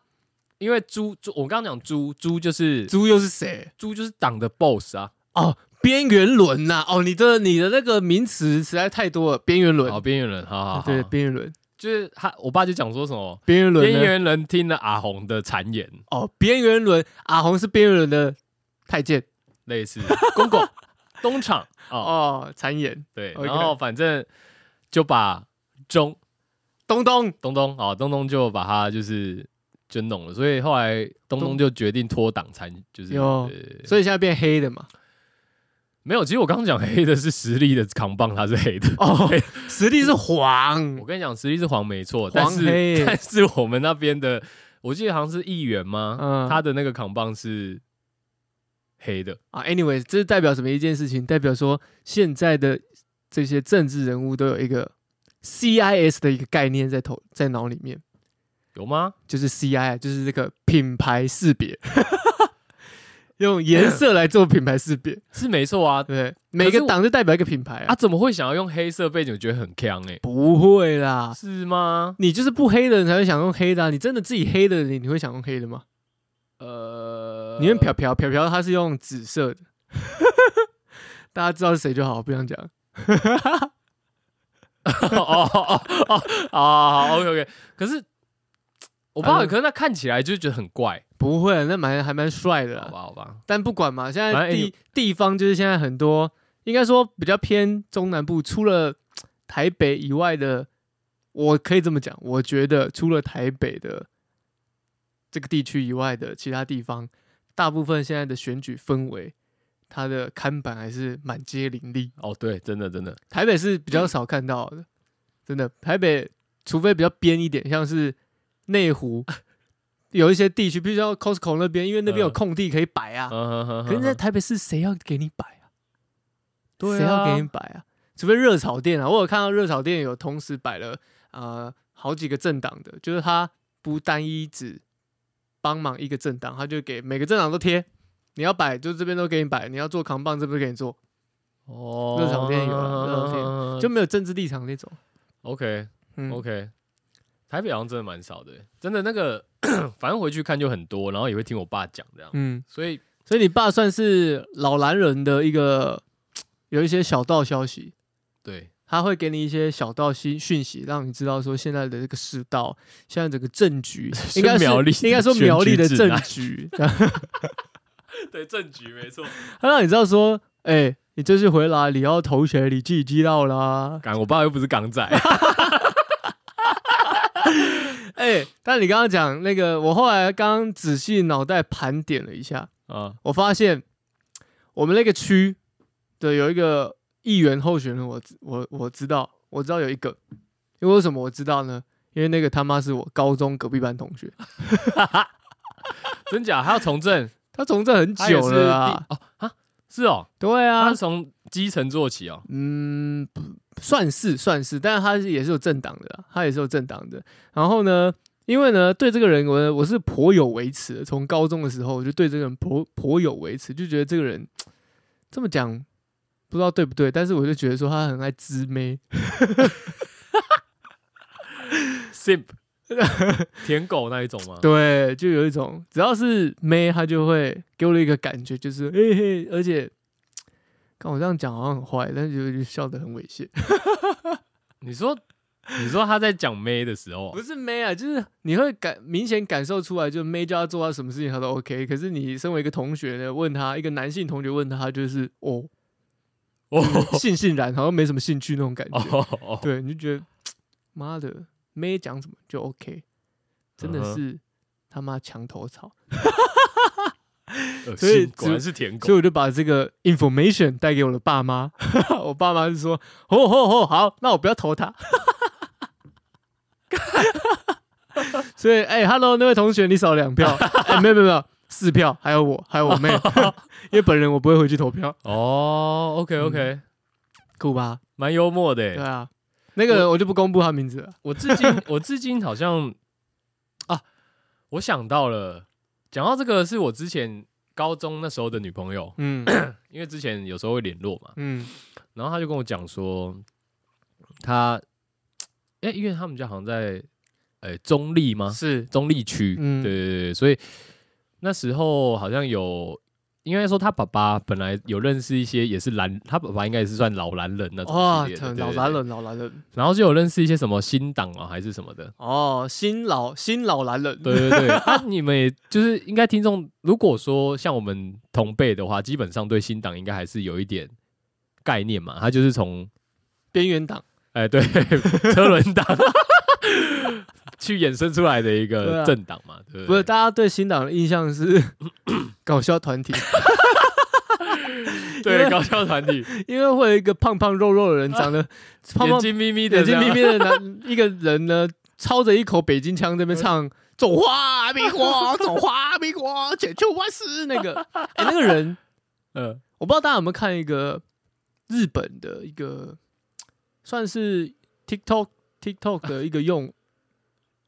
[SPEAKER 1] 因为猪猪，我刚刚讲猪猪就是
[SPEAKER 2] 猪又是谁？
[SPEAKER 1] 猪就是党的 boss 啊，
[SPEAKER 2] 哦，边缘轮呐！哦，你的你的那个名词实在太多了，边缘轮
[SPEAKER 1] 好，边缘人，好好好，
[SPEAKER 2] 对，边缘轮
[SPEAKER 1] 就是他，我爸就讲说什么
[SPEAKER 2] 边缘轮
[SPEAKER 1] 边
[SPEAKER 2] 呢？
[SPEAKER 1] 缘人听了阿红的谗言，
[SPEAKER 2] 哦，边缘轮，阿红是边缘轮的太监
[SPEAKER 1] 类似公公 东厂哦，
[SPEAKER 2] 哦，谗言
[SPEAKER 1] 对，
[SPEAKER 2] OK
[SPEAKER 1] 然后反正就把钟
[SPEAKER 2] 东东
[SPEAKER 1] 东东啊，东东就把他就是就弄了，所以后来东东就决定脱党参，就是
[SPEAKER 2] 有
[SPEAKER 1] 呃
[SPEAKER 2] 所以现在变黑的嘛。
[SPEAKER 1] 没有。其实我刚刚讲黑的是实力的扛棒，他是黑的。
[SPEAKER 2] 哦
[SPEAKER 1] 黑，
[SPEAKER 2] 实力是黄
[SPEAKER 1] 我，跟你讲，实力是黄没错，但
[SPEAKER 2] 黄黑
[SPEAKER 1] 是
[SPEAKER 2] 耶
[SPEAKER 1] 但是我们那边的，我记得好像是议员吗？
[SPEAKER 2] 嗯
[SPEAKER 1] 他的那个扛棒是黑的，
[SPEAKER 2] 啊，anyway，这是代表什么一件事情？代表说现在的这些政治人物都有一个 CIS 的一个概念在头在脑里面，
[SPEAKER 1] 有吗？
[SPEAKER 2] 就是 CI，就是这个品牌识别， 用颜色来做品牌识别，
[SPEAKER 1] 是没错啊
[SPEAKER 2] 对不对？每个党就代表一个品牌
[SPEAKER 1] 啊，
[SPEAKER 2] 啊，
[SPEAKER 1] 怎么会想要用黑色背景？我觉得很强哎、
[SPEAKER 2] 不会啦，
[SPEAKER 1] 是吗？
[SPEAKER 2] 你就是不黑的人才会想用黑的、啊，你真的自己黑的人，你会想用黑的吗？
[SPEAKER 1] 呃，
[SPEAKER 2] 你问飘飘，飘飘他是用紫色的， 大家知道是谁就好，不想讲。
[SPEAKER 1] 哦哦哦哦哦，OK OK。可是我不知道，
[SPEAKER 2] 啊
[SPEAKER 1] 可是他看起来就觉得很怪，
[SPEAKER 2] 不会，啊那蛮还蛮帅的啊
[SPEAKER 1] 好
[SPEAKER 2] 啦。
[SPEAKER 1] 吧好吧。
[SPEAKER 2] 但不管嘛，现
[SPEAKER 1] 反
[SPEAKER 2] 在
[SPEAKER 1] 正
[SPEAKER 2] 地地方就是现在很多，应该说比较偏中南部，除了台北以外的，我可以这么讲，我觉得除了台北的这个地区以外的其他地方，大部分现在的选举氛围，它的看板还是满街林立。
[SPEAKER 1] 哦，对，真的真的，
[SPEAKER 2] 台北是比较少看到的，真的。台北除非比较边一点，像是内湖 有一些地区，比如说 Costco 那边，因为那边有
[SPEAKER 1] 嗯
[SPEAKER 2] 空地可以摆啊。可是，在
[SPEAKER 1] 嗯
[SPEAKER 2] 台北市，谁要给你摆啊？
[SPEAKER 1] 对
[SPEAKER 2] 谁要
[SPEAKER 1] 啊
[SPEAKER 2] 给你摆啊？除非热炒店啊，我有看到热炒店有同时摆了呃好几个政党的，就是他不单一只帮忙一个政党，他就给每个政党都贴。你要摆就这边都给你摆，你要做扛棒这边给你做，
[SPEAKER 1] 哦，
[SPEAKER 2] 热炒店有啊啦热炒
[SPEAKER 1] 嗯
[SPEAKER 2] 店就没有政治立场那种。
[SPEAKER 1] OK
[SPEAKER 2] 嗯
[SPEAKER 1] OK。台北好像真的蛮少的，真的那个， 反正回去看就很多，然后也会听我爸讲这样，
[SPEAKER 2] 嗯，
[SPEAKER 1] 所以
[SPEAKER 2] 所以你爸算是老男人的一个有一些小道消息，
[SPEAKER 1] 对，
[SPEAKER 2] 他会给你一些小道息讯息，让你知道说现在的这个世道，现在整个政局应该是
[SPEAKER 1] 苗栗
[SPEAKER 2] 应该说
[SPEAKER 1] 选举
[SPEAKER 2] 苗栗的
[SPEAKER 1] 指
[SPEAKER 2] 政
[SPEAKER 1] 南
[SPEAKER 2] 局，
[SPEAKER 1] 对政局没错。
[SPEAKER 2] 他让你知道说，哎、你这次回来你要投谁，你自己知道啦。
[SPEAKER 1] 港，我爸又不是 港仔，
[SPEAKER 2] 哎、 但你刚刚讲那个，我后来刚刚仔细脑袋盘点了一下，
[SPEAKER 1] 啊，
[SPEAKER 2] 我发现我们那个区的有一个议员候选人我知，我我知道，我知道有一个，因为为什么我知道呢？因为那个他妈是我高中隔壁班同学，
[SPEAKER 1] 真假？他要从 政，
[SPEAKER 2] 他从政很
[SPEAKER 1] 他也
[SPEAKER 2] 久
[SPEAKER 1] 是
[SPEAKER 2] 了啊
[SPEAKER 1] 第，哦啊，是哦，
[SPEAKER 2] 对
[SPEAKER 1] 他
[SPEAKER 2] 啊
[SPEAKER 1] 是，从基层做起哦，
[SPEAKER 2] 嗯，不算是算是，但是他是也是有政党的啊，他也是有政党的。然后呢，因为呢，对这个人我我是颇有维持的，从高中的时候我就对这个人颇颇有维持，就觉得这个人这么讲不知道对不对，但是我就觉得说他很爱滋妹，
[SPEAKER 1] simp 舔狗那一种吗？
[SPEAKER 2] 对，就有一种只要是妹，她就会给我的一个感觉就是嘿嘿，而且。看我这样讲好像很坏，但是就就笑得很猥亵。
[SPEAKER 1] 你说，你说他在讲妹的时候
[SPEAKER 2] 不
[SPEAKER 1] 啊，
[SPEAKER 2] 是妹啊，就是你会感明显感受出来，就妹叫他做到什么事情他都 OK。可是你身为一个同学呢，问他一个男性同学问他，他就是哦，
[SPEAKER 1] 哦
[SPEAKER 2] 悻悻然，好像没什么兴趣那种感觉。
[SPEAKER 1] 哦哦，
[SPEAKER 2] 对，你就觉得妈的，妹讲什么就 OK，真的
[SPEAKER 1] 嗯哼
[SPEAKER 2] 是、他妈墙头草。
[SPEAKER 1] 恶
[SPEAKER 2] 所以
[SPEAKER 1] 心，果然是舔
[SPEAKER 2] 所以
[SPEAKER 1] 狗。
[SPEAKER 2] 我就把这个 information 带给我的爸妈， 我爸妈就说：“吼吼吼，好，那我不要投他。” 所以，哎、h e l l o 那位同学，你少两票，哎、没有没有没有，四票，还有我，还有我妹， 因为本人我不会回去投票，
[SPEAKER 1] 哦，OK
[SPEAKER 2] 嗯
[SPEAKER 1] OK，
[SPEAKER 2] 酷吧？
[SPEAKER 1] 蛮幽默的
[SPEAKER 2] 对
[SPEAKER 1] 欸。
[SPEAKER 2] 啊，那个我就不公布他名字了。
[SPEAKER 1] 我至今我至今好像啊，我想到了，讲到这个是我之前高中那时候的女朋友，
[SPEAKER 2] 嗯
[SPEAKER 1] 因为之前有时候会联络嘛，
[SPEAKER 2] 嗯
[SPEAKER 1] 然后她就跟我讲说，她，哎，因为他们家好像在，哎，中立吗？
[SPEAKER 2] 是
[SPEAKER 1] 中立区，
[SPEAKER 2] 嗯
[SPEAKER 1] 对对对，所以那时候好像有应该说他爸爸本来有认识一些也是蓝，他爸爸应该也是算老蓝人那种
[SPEAKER 2] 哇
[SPEAKER 1] 系，列的
[SPEAKER 2] 疼
[SPEAKER 1] 对
[SPEAKER 2] 老
[SPEAKER 1] 对
[SPEAKER 2] 男
[SPEAKER 1] 对
[SPEAKER 2] 人，老男人，
[SPEAKER 1] 然后就有认识一些什么新党啊还是什么的，
[SPEAKER 2] 哦，新老新老男人，
[SPEAKER 1] 对对对， 啊，你们也就是应该听众，如果说像我们同辈的话，基本上对新党应该还是有一点概念嘛。他就是从
[SPEAKER 2] 边缘党，
[SPEAKER 1] 哎、 对车轮党 去衍生出来的一
[SPEAKER 2] 对
[SPEAKER 1] 个
[SPEAKER 2] 啊
[SPEAKER 1] 政党嘛，对不
[SPEAKER 2] 不
[SPEAKER 1] 对？
[SPEAKER 2] 是大家对新党的印象是 搞笑团体，因
[SPEAKER 1] 对
[SPEAKER 2] 为
[SPEAKER 1] 搞笑团体，
[SPEAKER 2] 因为会有一个胖胖肉肉的人，长得
[SPEAKER 1] 啊
[SPEAKER 2] 胖
[SPEAKER 1] 眼
[SPEAKER 2] 胖
[SPEAKER 1] 睛眯眯的
[SPEAKER 2] 眼
[SPEAKER 1] 这
[SPEAKER 2] 睛
[SPEAKER 1] 样，
[SPEAKER 2] 眯眯的男一个人呢，操着一口北京腔在
[SPEAKER 1] 嗯
[SPEAKER 2] 那边唱“走花民国，走花民国，解救万世”那个，哎、那个人
[SPEAKER 1] 嗯，
[SPEAKER 2] 我不知道大家有没有看一个日本的一个算是 TikTok TikTok 的一个用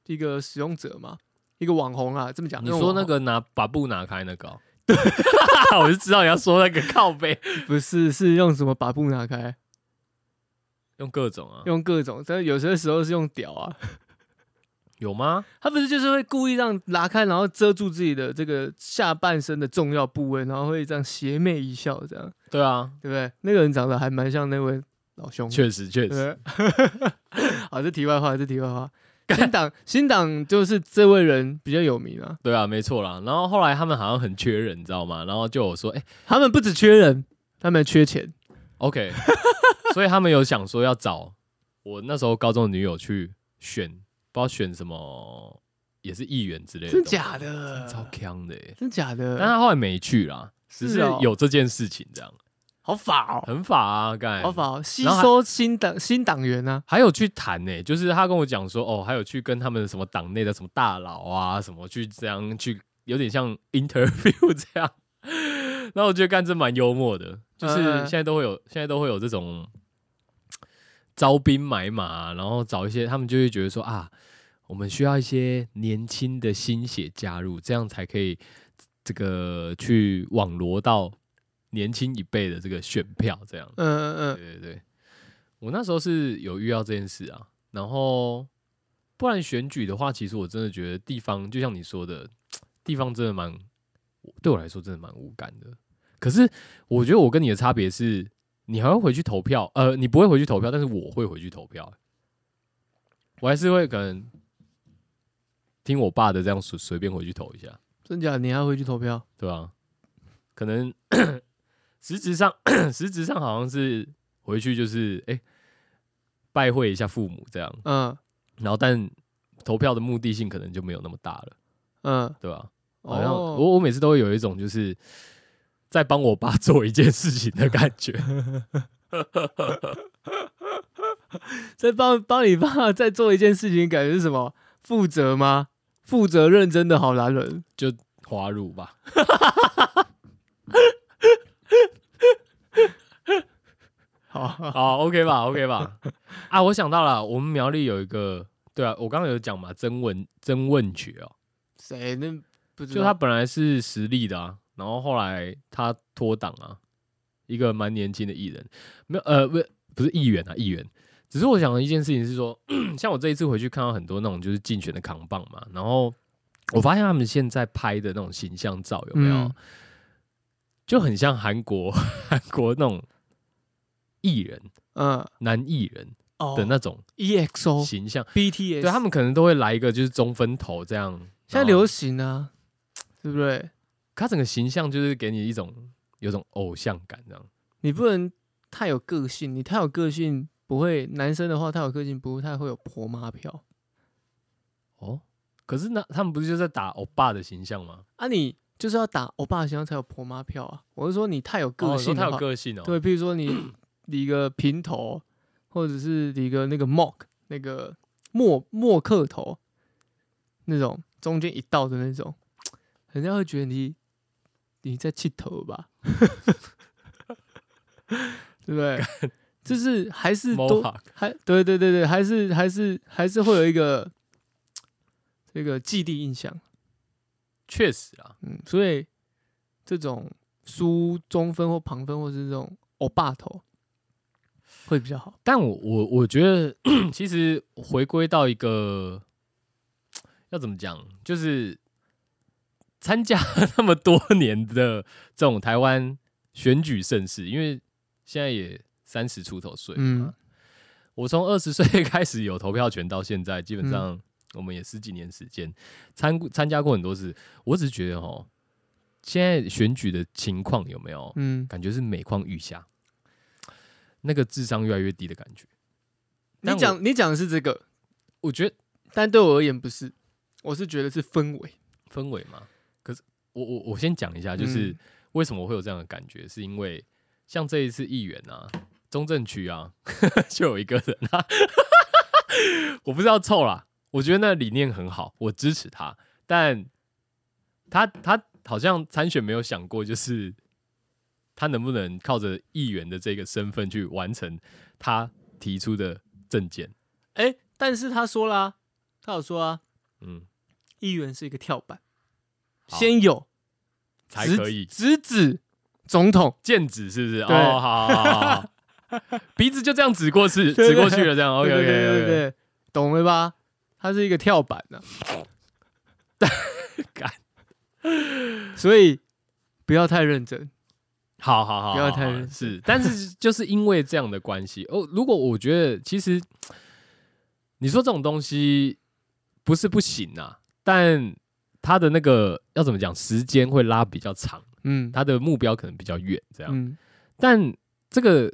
[SPEAKER 2] 一个使用者嘛，一个网红啊，这么讲，
[SPEAKER 1] 你
[SPEAKER 2] 用
[SPEAKER 1] 说
[SPEAKER 2] 网
[SPEAKER 1] 那
[SPEAKER 2] 红
[SPEAKER 1] 个拿把布拿开那个、哦，对， 我就知道你要说那个靠背，
[SPEAKER 2] 不是是用什么把布拿开，
[SPEAKER 1] 用各种啊，
[SPEAKER 2] 用各种，但是有些时候是用屌啊，
[SPEAKER 1] 有吗？
[SPEAKER 2] 他不是就是会故意让拉开，然后遮住自己的这个下半身的重要部位，然后会这样邪魅一笑，这样
[SPEAKER 1] 对啊，
[SPEAKER 2] 对不对？那个人长得还蛮像那位老兄的，
[SPEAKER 1] 确实确实，
[SPEAKER 2] 对不对。 好，这题外话，这题外话。新党新党就是这位人比较有名啊，
[SPEAKER 1] 对啊，没错啦。然后后来他们好像很缺人，你知道吗？然后就有说，哎、
[SPEAKER 2] 他们不只缺人，他们还缺钱。
[SPEAKER 1] o k 所以他们有想说要找我那时候高中的女友去选，不知道选什么，也是议员之类的东
[SPEAKER 2] 真
[SPEAKER 1] 西，
[SPEAKER 2] 假的？
[SPEAKER 1] 超强的、欸。
[SPEAKER 2] 真假的？
[SPEAKER 1] 但他后来没去啦，只是
[SPEAKER 2] 是哦
[SPEAKER 1] 有这件事情这样，
[SPEAKER 2] 好法哦，
[SPEAKER 1] 很法啊，干
[SPEAKER 2] 好。法哦，吸
[SPEAKER 1] 然后还
[SPEAKER 2] 收新党新党员啊，
[SPEAKER 1] 还有去谈呢、就是他跟我讲说，哦，还有去跟他们什么党内的什么大佬啊，什么去这样去，有点像 interview 这样。然后我觉得干这蛮幽默的，就是
[SPEAKER 2] 嗯嗯
[SPEAKER 1] 现在都会有，现在都会有这种招兵买马啊、然后找一些他们就会觉得说啊，我们需要一些年轻的新血加入，这样才可以这个去网罗到年轻一辈的这个选票，这样。
[SPEAKER 2] 嗯嗯
[SPEAKER 1] 对对对，我那时候是有遇到这件事啊，然后不然选举的话，其实我真的觉得地方就像你说的，地方真的蛮对我来说真的蛮无感的。可是我觉得我跟你的差别是，你还会回去投票，呃，你不会回去投票，但是我会回去投票、欸我还是会可能听我爸的这样随随便回去投一下。
[SPEAKER 2] 嗯，真假？你还回去投票？
[SPEAKER 1] 对啊，可能 实质上实质上好像是回去就是哎、诶拜会一下父母这样，
[SPEAKER 2] 嗯
[SPEAKER 1] 然后但投票的目的性可能就没有那么大了，
[SPEAKER 2] 嗯，
[SPEAKER 1] 对吧、好像
[SPEAKER 2] 哦，
[SPEAKER 1] 我我每次都会有一种就是在帮我爸 做一件事情的感觉，
[SPEAKER 2] 在帮帮你爸在做一件事情，感觉是什么？负责吗？负责认真的好男人，
[SPEAKER 1] 就滑入吧。
[SPEAKER 2] 好，
[SPEAKER 1] 好，OK 吧，OK 吧。啊，我想到了，我们苗栗有一个，对啊，我刚刚有讲嘛，曾文曾问学哦、
[SPEAKER 2] 谁那不知
[SPEAKER 1] 就
[SPEAKER 2] 道
[SPEAKER 1] 他本来是实力的啊，然后后来他脱党啊，一个蛮年轻的艺人，没有呃不不是议员啊议员，只是我想的一件事情是说， 像我这一次回去看到很多那种就是竞选的扛棒嘛，然后我发现他们现在拍的那种形象照有没有，
[SPEAKER 2] 嗯
[SPEAKER 1] 就很像韩国 韩国那种艺人
[SPEAKER 2] 嗯
[SPEAKER 1] 男艺人
[SPEAKER 2] 哦
[SPEAKER 1] 的那种
[SPEAKER 2] EXO
[SPEAKER 1] 形象，
[SPEAKER 2] BTS，
[SPEAKER 1] 对他们可能都会来一个就是中分头这样，
[SPEAKER 2] 现在
[SPEAKER 1] 然后
[SPEAKER 2] 流行啊，对不对？
[SPEAKER 1] 他整个形象就是给你一种有种偶像感，这样
[SPEAKER 2] 你不能太有个性，你太有个性不会，男生的话太有个性不太会有婆妈票
[SPEAKER 1] 哦。可是那他们不是就在打欧巴的形象吗？
[SPEAKER 2] 啊，你就是要打欧巴的形象才有婆妈票啊。我是说你太有
[SPEAKER 1] 哦
[SPEAKER 2] 个
[SPEAKER 1] 你说
[SPEAKER 2] 性的
[SPEAKER 1] 他
[SPEAKER 2] 话，
[SPEAKER 1] 有个性哦。
[SPEAKER 2] 对，譬如说你理个平头，或者是理个那个 mock 那个默默克头，那种中间一道的那种，人家会觉得你你在气头吧， 对不对？就是还是都
[SPEAKER 1] Mohawk
[SPEAKER 2] 还对对对对，还是还是还是会有一个这个既定印象，
[SPEAKER 1] 确实啊，
[SPEAKER 2] 嗯，所以这种梳中分或旁分，或是这种欧巴头，会比较好。
[SPEAKER 1] 但我我我觉得 其实回归到一个要怎么讲，就是参加那么多年的这种台湾选举盛事，因为现在也三十出头岁了嘛，
[SPEAKER 2] 嗯
[SPEAKER 1] 我从二十岁 开始有投票权到现在，基本
[SPEAKER 2] 嗯
[SPEAKER 1] 上我们也十几年时间参参加过很多次。我只是觉得哦，现在选举的情况有没有
[SPEAKER 2] 嗯，
[SPEAKER 1] 感觉是每况愈下，那个智商越来越低的感觉？但我
[SPEAKER 2] 你讲你讲的是这个，
[SPEAKER 1] 我觉得
[SPEAKER 2] 但对我而言不是，我是觉得是氛围，
[SPEAKER 1] 氛围嘛，可是我我我先讲一下，就是
[SPEAKER 2] 嗯
[SPEAKER 1] 为什么我会有这样的感觉，是因为像这一次议员啊，中正区啊， 就有一个人啊， 我不知道臭啦，我觉得那理念很好，我支持他，但他他好像参选没有想过，就是他能不能靠着议员的这个身份去完成他提出的政见，
[SPEAKER 2] 哎，但是他说啦，他有说啊，
[SPEAKER 1] 嗯，
[SPEAKER 2] 议员是一个跳板，
[SPEAKER 1] 好
[SPEAKER 2] 先有
[SPEAKER 1] 才
[SPEAKER 2] 直
[SPEAKER 1] 可以
[SPEAKER 2] 直指总统，
[SPEAKER 1] 剑指是不是？哦，
[SPEAKER 2] 对
[SPEAKER 1] 好好好好 好，鼻子就这样指过去，
[SPEAKER 2] 对
[SPEAKER 1] 指
[SPEAKER 2] 对
[SPEAKER 1] 过去了，这样 OK
[SPEAKER 2] 对
[SPEAKER 1] OK
[SPEAKER 2] 对对
[SPEAKER 1] OK。
[SPEAKER 2] 对，懂了吧？它是一个跳板啊 呐、
[SPEAKER 1] 干
[SPEAKER 2] 所以不要太认真。
[SPEAKER 1] 好好好，
[SPEAKER 2] 不要太
[SPEAKER 1] 好
[SPEAKER 2] 认真
[SPEAKER 1] 是，但是就是因为这样的关系哦，如果我觉得其实你说这种东西不是不行啊，但它的那个要怎么讲，时间会拉比较长，
[SPEAKER 2] 嗯
[SPEAKER 1] 它的目标可能比较远，这样。
[SPEAKER 2] 嗯
[SPEAKER 1] 但这个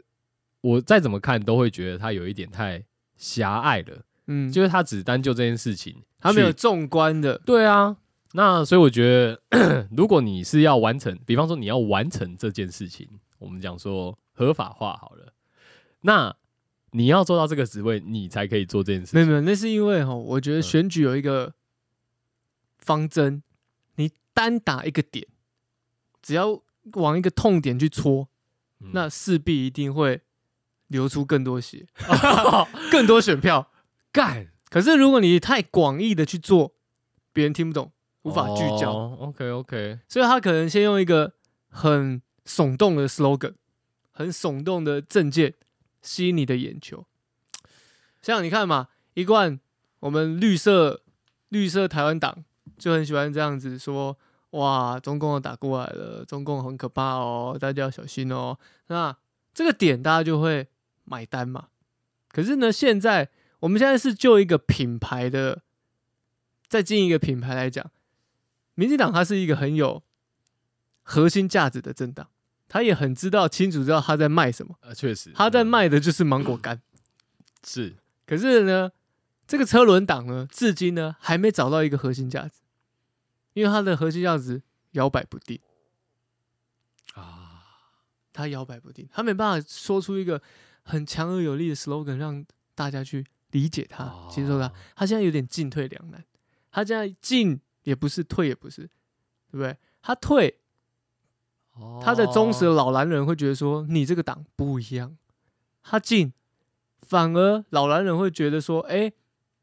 [SPEAKER 1] 我再怎么看都会觉得它有一点太狭隘了，
[SPEAKER 2] 嗯，就
[SPEAKER 1] 就是它只单就这件事情，
[SPEAKER 2] 他没有
[SPEAKER 1] 去
[SPEAKER 2] 纵观的，
[SPEAKER 1] 对啊，那所以我觉得， 如果你是要完成，比方说你要完成这件事情，我们讲说合法化好了，那你要做到这个职位，你才可以做这件
[SPEAKER 2] 没
[SPEAKER 1] 事
[SPEAKER 2] 有
[SPEAKER 1] 情。
[SPEAKER 2] 没有，那是因为哈，我觉得选举有一个方针，你单打一个点，只要往一个痛点去戳，
[SPEAKER 1] 嗯
[SPEAKER 2] 那势必一定会流出更多 血，更多选票。
[SPEAKER 1] 干
[SPEAKER 2] 可是如果你太广义的去做，别人听不懂，无法聚焦。
[SPEAKER 1] 哦 OK OK，
[SPEAKER 2] 所以他可能先用一个很耸动的 slogan，很耸动的证件吸引你的眼球。像你看嘛，一贯我们绿色绿色台湾党就很喜欢这样子说，哇，中共要打过来了，中共很可怕哦，大家要小心哦。那这个点大家就会买单嘛。可是呢，现在我们现在是就一个品牌的，再进一个品牌来讲，民进党它是一个很有核心价值的政党，他也很知道清楚知道他在卖什么，
[SPEAKER 1] 呃，确实
[SPEAKER 2] 他在
[SPEAKER 1] 嗯
[SPEAKER 2] 卖的就是芒果干。
[SPEAKER 1] 是
[SPEAKER 2] 可是呢，这个车轮党呢，至今呢还没找到一个核心价值，因为它的核心价值摇摆不定，
[SPEAKER 1] 啊，
[SPEAKER 2] 它摇摆不定，它没办法说出一个很强而有力的 slogan 让大家去理解它、
[SPEAKER 1] 哦
[SPEAKER 2] 接受它。他现在有点进退两难，他现在进也不是，退也不是，对不对？他退
[SPEAKER 1] 哦
[SPEAKER 2] 他的忠实的老男人会觉得说你这个党不一样，他进，反而老男人会觉得说，哎、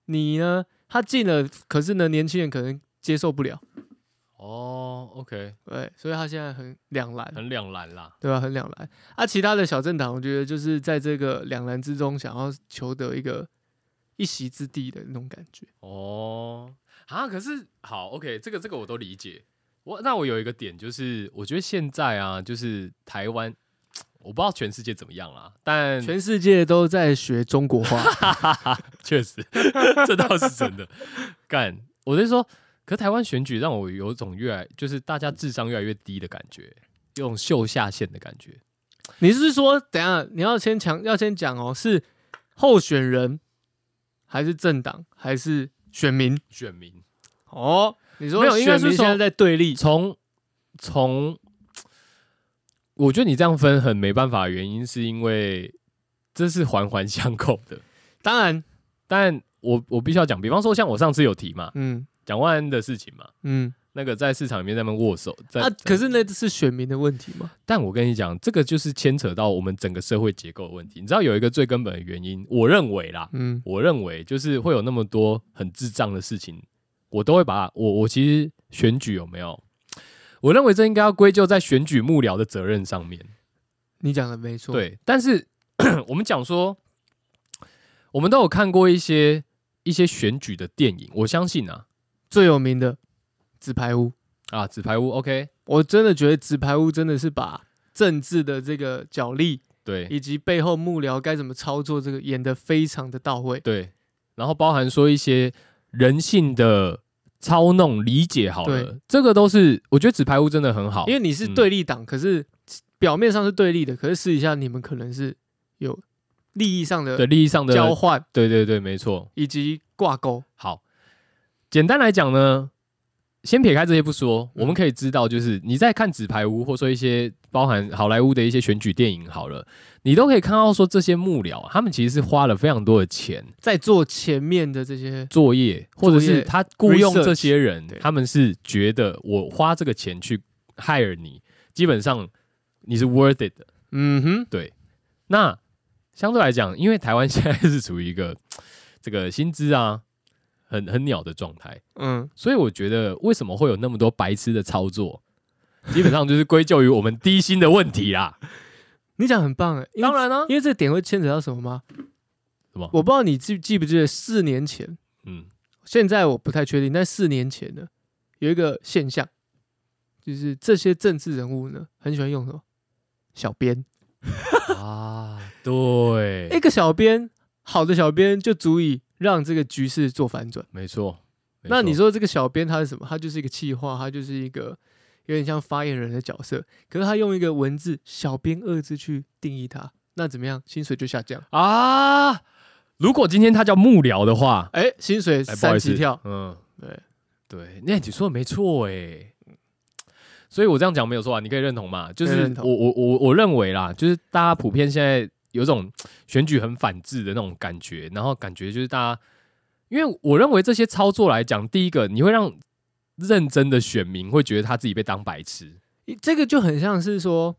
[SPEAKER 2] 你呢？他进了，可是呢，年轻人可能接受不了，
[SPEAKER 1] 哦，OK，
[SPEAKER 2] 对，所以他现在很两难，
[SPEAKER 1] 很两难啦。
[SPEAKER 2] 对吧、很两难。啊，其他的小政党，我觉得就是在这个两难之中，想要求得一个一席之地的那种感觉。
[SPEAKER 1] 哦，啊，可是好，OK，这个这个我都理解。我那我有一个点就是，我觉得现在啊，就是台湾，我不知道全世界怎么样啦，但
[SPEAKER 2] 全世界都在学中国话，
[SPEAKER 1] 确实 这倒是真的。干，我是说，可是台湾选举让我有种越来就是大家智商越来越低的感觉，有种秀下限的感觉。
[SPEAKER 2] 你是说，等一下你要先强要先讲哦，是候选人还是政党还是选民？
[SPEAKER 1] 选民
[SPEAKER 2] 哦，你说
[SPEAKER 1] 没有应该
[SPEAKER 2] 选
[SPEAKER 1] 是
[SPEAKER 2] 民
[SPEAKER 1] 说
[SPEAKER 2] 现在在对立，
[SPEAKER 1] 从从，我觉得你这样分很没办法，原因是因为这是环环相扣的。
[SPEAKER 2] 当然，
[SPEAKER 1] 但我我必须要讲，比方说像我上次有提嘛，
[SPEAKER 2] 嗯
[SPEAKER 1] 蒋万安的事情嘛，
[SPEAKER 2] 嗯，
[SPEAKER 1] 那个在市场里面在那边握手，在、
[SPEAKER 2] 啊，可是那是选民的问题嘛，
[SPEAKER 1] 但我跟你讲，这个就是牵扯到我们整个社会结构的问题。你知道有一个最根本的原因，我认为啦，
[SPEAKER 2] 嗯
[SPEAKER 1] 我认为就是会有那么多很智障的事情，我都会把我我其实选举有没有，我认为这应该要归咎在选举幕僚的责任上面。
[SPEAKER 2] 你讲的没错，，
[SPEAKER 1] 对，但是 我们讲说，我们都有看过一些一些选举的电影，我相信啊，
[SPEAKER 2] 最有名的纸牌屋，
[SPEAKER 1] 啊，纸牌屋 OK，
[SPEAKER 2] 我真的觉得纸牌屋真的是把政治的这个角力
[SPEAKER 1] 对
[SPEAKER 2] 以及背后幕僚该怎么操作这个演得非常的到位。
[SPEAKER 1] 对，然后包含说一些人性的操弄理解好了
[SPEAKER 2] 对，
[SPEAKER 1] 这个都是我觉得纸牌屋真的很好，
[SPEAKER 2] 因为你是
[SPEAKER 1] 嗯
[SPEAKER 2] 对立党，可是表面上是对立的，可是私底下你们可能是有利益上
[SPEAKER 1] 对
[SPEAKER 2] 的
[SPEAKER 1] 利益上的
[SPEAKER 2] 交换
[SPEAKER 1] 对对对，没错，
[SPEAKER 2] 以及挂钩。
[SPEAKER 1] 好，简单来讲呢，先撇开这些不说，我
[SPEAKER 2] 嗯
[SPEAKER 1] 们可以知道，就是你在看纸牌屋，或说一些包含好莱坞的一些选举电影，好了，你都可以看到说这些幕僚，他们其实是花了非常多的钱
[SPEAKER 2] 在做前面的这些，
[SPEAKER 1] 作业，或者
[SPEAKER 2] 作
[SPEAKER 1] 是
[SPEAKER 2] 业
[SPEAKER 1] 他雇佣这些人
[SPEAKER 2] research，对，
[SPEAKER 1] 他们是觉得我花这个钱去 hire 你，基本上你是 worth it 的。
[SPEAKER 2] 嗯哼，
[SPEAKER 1] 那相对来讲，因为台湾现在是处于一个这个薪资啊很很鸟的状态，
[SPEAKER 2] 嗯，
[SPEAKER 1] 所以我觉得为什么会有那么多白痴的操作，基本上就是归咎于我们低薪的问题啦。
[SPEAKER 2] 你讲很棒哎， 因为
[SPEAKER 1] 当然啊啦、
[SPEAKER 2] 因为这个点会牵扯到什么吗？
[SPEAKER 1] 什么
[SPEAKER 2] 我不知道你记记不记得四年前，
[SPEAKER 1] 嗯，
[SPEAKER 2] 现在我不太确定，但四年前呢，有一个现象，就是这些政治人物呢，很喜欢用什么小编，
[SPEAKER 1] 啊，对，
[SPEAKER 2] 一个小编，好的小编就足以让这个局势做反转。
[SPEAKER 1] 没错。没
[SPEAKER 2] 那
[SPEAKER 1] 错
[SPEAKER 2] 你，说这个小编他是什么？他就是一个企划，他就是一个有点像发言人的角色，可是他用一个文字“小编”二字去定义他，那怎么样？薪水就下降。
[SPEAKER 1] 啊，如果今天他叫幕僚的话，
[SPEAKER 2] 哎，薪水
[SPEAKER 1] 哎，不好
[SPEAKER 2] 三
[SPEAKER 1] 意
[SPEAKER 2] 级
[SPEAKER 1] 思，
[SPEAKER 2] 跳，
[SPEAKER 1] 嗯，
[SPEAKER 2] 对
[SPEAKER 1] 对，那你说的没错哎、所以我这样讲没有错啊，你可以认同嘛？就
[SPEAKER 2] 可以
[SPEAKER 1] 是
[SPEAKER 2] 认同
[SPEAKER 1] 我我我我认为啦，就是大家普遍现在有种选举很反制的那种感觉，然后感觉就是大家，因为我认为这些操作来讲，第一个你会让认真的选民会觉得他自己被当白痴，
[SPEAKER 2] 一这个就很像是说，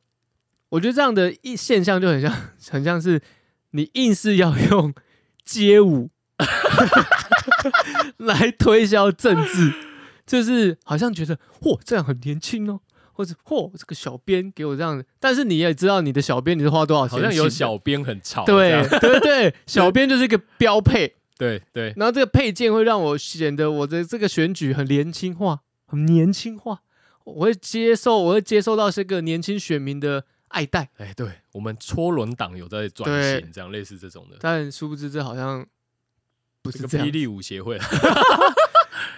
[SPEAKER 2] 我觉得这样的一现象就很像，很像是你硬是要用街舞来推销政治，就是好像觉得嚯这样很年轻哦，或者嚯这个小编给我这样的，但是你也知道你的小编你是花多少钱
[SPEAKER 1] 好
[SPEAKER 2] 请的，
[SPEAKER 1] 像有小编很吵，这
[SPEAKER 2] 对
[SPEAKER 1] 样
[SPEAKER 2] 对对，小编就是一个标配，
[SPEAKER 1] 对 对，
[SPEAKER 2] 然后这个配件会让我显得我的这个选举很年轻化，很年轻化。我会接受，我会接受到这个年轻选民的爱戴，
[SPEAKER 1] 哎对，我们戳轮党有在转
[SPEAKER 2] 对
[SPEAKER 1] 型，这样类似这种的，
[SPEAKER 2] 但殊不知这好像不
[SPEAKER 1] 这
[SPEAKER 2] 是
[SPEAKER 1] 个
[SPEAKER 2] 这样
[SPEAKER 1] 霹。雳舞协会，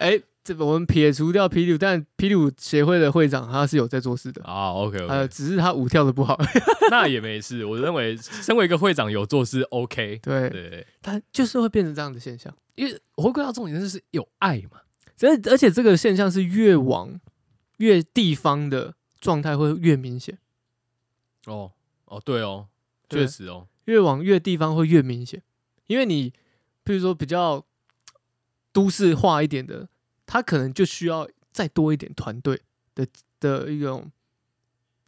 [SPEAKER 2] 哎，这我们撇除掉霹雳舞，但霹雳舞协会的会长他是有在做事的，
[SPEAKER 1] 啊，OK OK，
[SPEAKER 2] 呃，只是他舞跳的不好。
[SPEAKER 1] 那也没事，我认为身为一个会长有做事 OK，对
[SPEAKER 2] 对，
[SPEAKER 1] 对对，
[SPEAKER 2] 但就是会变成这样的现象。
[SPEAKER 1] 因为回归到重点就是有爱嘛，
[SPEAKER 2] 真的，而且这个现象是越往越地方的状态会越明显，
[SPEAKER 1] 哦哦对哦，
[SPEAKER 2] 对
[SPEAKER 1] 确实哦，
[SPEAKER 2] 越往越地方会越明显，因为你譬如说比较都市化一点的，他可能就需要再多一点团队的的一种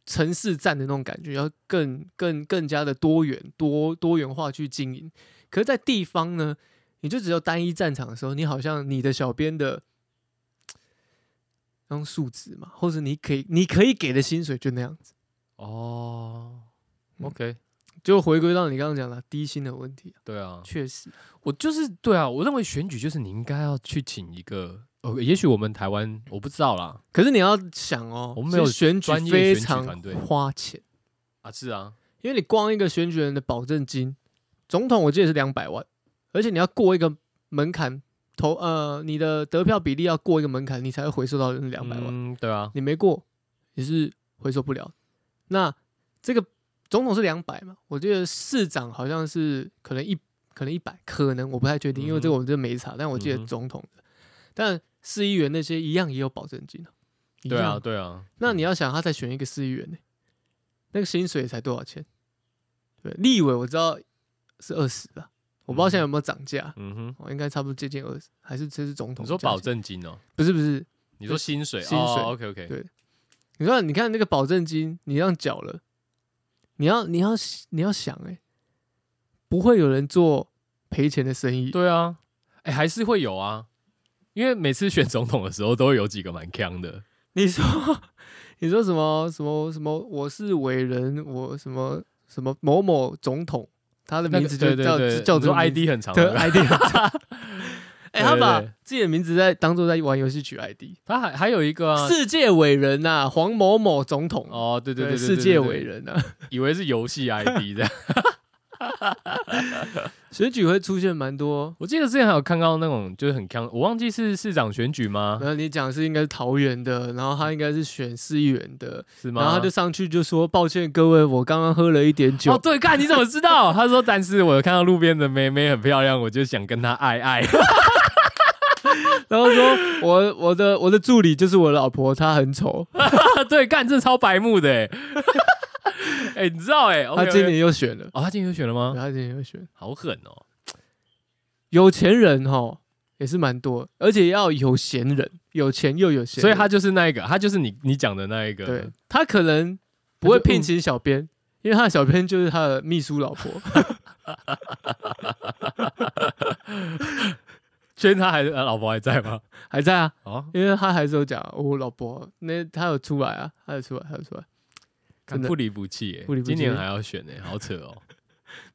[SPEAKER 2] 城市战的那种感觉，要更更更加的多元多多元化去经营。可是，在地方呢，你就只有单一战场的时候，你好像你的小编的。那种数值嘛，或者你可以你可以给的薪水就那样子，
[SPEAKER 1] 哦，OK，
[SPEAKER 2] 就回归到你刚刚讲的低薪的问题、啊，
[SPEAKER 1] 对啊，
[SPEAKER 2] 确实，
[SPEAKER 1] 我就是对啊，我认为选举就是你应该要去请一个，哦，也许我们台湾我不知道啦，
[SPEAKER 2] 可是你要想哦，
[SPEAKER 1] 我们没有
[SPEAKER 2] 其实选举
[SPEAKER 1] 专业选
[SPEAKER 2] 非
[SPEAKER 1] 举
[SPEAKER 2] 常
[SPEAKER 1] 团队
[SPEAKER 2] 花钱，
[SPEAKER 1] 啊是啊，
[SPEAKER 2] 因为你光一个选举人的保证金，总统我记得是两百万，而且你要过一个门槛，投呃你的得票比例要过一个门槛，你才会回收到两百万。
[SPEAKER 1] 嗯，对啊，
[SPEAKER 2] 你没过也是回收不了。那这个总统是两百嘛？我记得市长好像是可能一可能一百，可能我不太确定，因为
[SPEAKER 1] 嗯
[SPEAKER 2] 这个
[SPEAKER 1] 哼
[SPEAKER 2] 我们真的没查。但我
[SPEAKER 1] 嗯
[SPEAKER 2] 记得
[SPEAKER 1] 哼
[SPEAKER 2] 总统的，但市议员那些一样也有保证金啊一
[SPEAKER 1] 对啊
[SPEAKER 2] 样
[SPEAKER 1] 对啊，
[SPEAKER 2] 那你
[SPEAKER 1] 要
[SPEAKER 2] 要想，他才选一个市议员呢、那个薪水才多少钱？对，立委我知道是二十吧，我不知道现在有没有涨价，
[SPEAKER 1] 嗯哼，
[SPEAKER 2] 哦，应该差不多接近二十，还是这是总统？
[SPEAKER 1] 你说保？证金哦，
[SPEAKER 2] 不是不是，
[SPEAKER 1] 你说薪水，哦
[SPEAKER 2] 薪水
[SPEAKER 1] OK OK，
[SPEAKER 2] 对你看你看那个保证金，你让缴了，你要你要你要想哎、不会有人做赔钱的生意，
[SPEAKER 1] 对啊，哎、还是会有啊，因为每次选总统的时候都会有几个蛮强的，
[SPEAKER 2] 你说， 你说什么什么什么？我是伟人，我什么什么某某总统，他的
[SPEAKER 1] 那
[SPEAKER 2] 名
[SPEAKER 1] 个
[SPEAKER 2] 字
[SPEAKER 1] 对
[SPEAKER 2] 就
[SPEAKER 1] 对
[SPEAKER 2] 叫
[SPEAKER 1] 对
[SPEAKER 2] 叫
[SPEAKER 1] 你
[SPEAKER 2] 这
[SPEAKER 1] 说
[SPEAKER 2] 个名
[SPEAKER 1] ID 很长
[SPEAKER 2] 字对
[SPEAKER 1] 的
[SPEAKER 2] ID 很长。 哎、他把
[SPEAKER 1] 对对
[SPEAKER 2] 自己的名字在当做在玩游戏取 ID，
[SPEAKER 1] 他还还有一个啊，
[SPEAKER 2] 世界伟人呐、黄某某总统，
[SPEAKER 1] 哦，对对对，
[SPEAKER 2] 对
[SPEAKER 1] 对
[SPEAKER 2] 世界，
[SPEAKER 1] 对
[SPEAKER 2] 伟
[SPEAKER 1] 对
[SPEAKER 2] 人呐、啊，
[SPEAKER 1] 以为是游 戏 ID 这样。
[SPEAKER 2] 选举会出现蛮多。
[SPEAKER 1] 我记得之前还有看到那种就是很坑，我忘记是市长选举吗？
[SPEAKER 2] 然后你讲的是应该是桃园的，然后他应该是选市议员的，
[SPEAKER 1] 是吗？
[SPEAKER 2] 然后他就上去就说：“抱歉各位，我刚刚喝了一点酒。
[SPEAKER 1] 哦，对，干你怎么知道？他说，但是我看到路边的妹妹很漂亮，我就想跟她爱爱。
[SPEAKER 2] 然后说：“我我的我的助理就是我老婆，她很丑，
[SPEAKER 1] 对，干这超白目的欸。 哎、你知道哎、欸，
[SPEAKER 2] 啊她今年又选了，
[SPEAKER 1] 哦，他今年有选了吗
[SPEAKER 2] 对？啊她今年又选。
[SPEAKER 1] 好狠哦！
[SPEAKER 2] 有钱人哈也是蛮多，而且要有闲人，有钱又有闲
[SPEAKER 1] 所以
[SPEAKER 2] 人。
[SPEAKER 1] 他就是那一个，他就是你你讲的那一个。
[SPEAKER 2] 对他可能不会聘
[SPEAKER 1] 嗯
[SPEAKER 2] 请小编，因为他的小编就是他的秘书老婆。
[SPEAKER 1] 圈他还呃老婆还在 吗？
[SPEAKER 2] 还在啊，
[SPEAKER 1] 哦，
[SPEAKER 2] 因为他还是有讲我、哦、老婆，那他有出来啊，他有出来，他有出来，
[SPEAKER 1] 干
[SPEAKER 2] 真的
[SPEAKER 1] 不离不弃、欸，
[SPEAKER 2] 不离不弃
[SPEAKER 1] 今年还要选哎、好扯哦。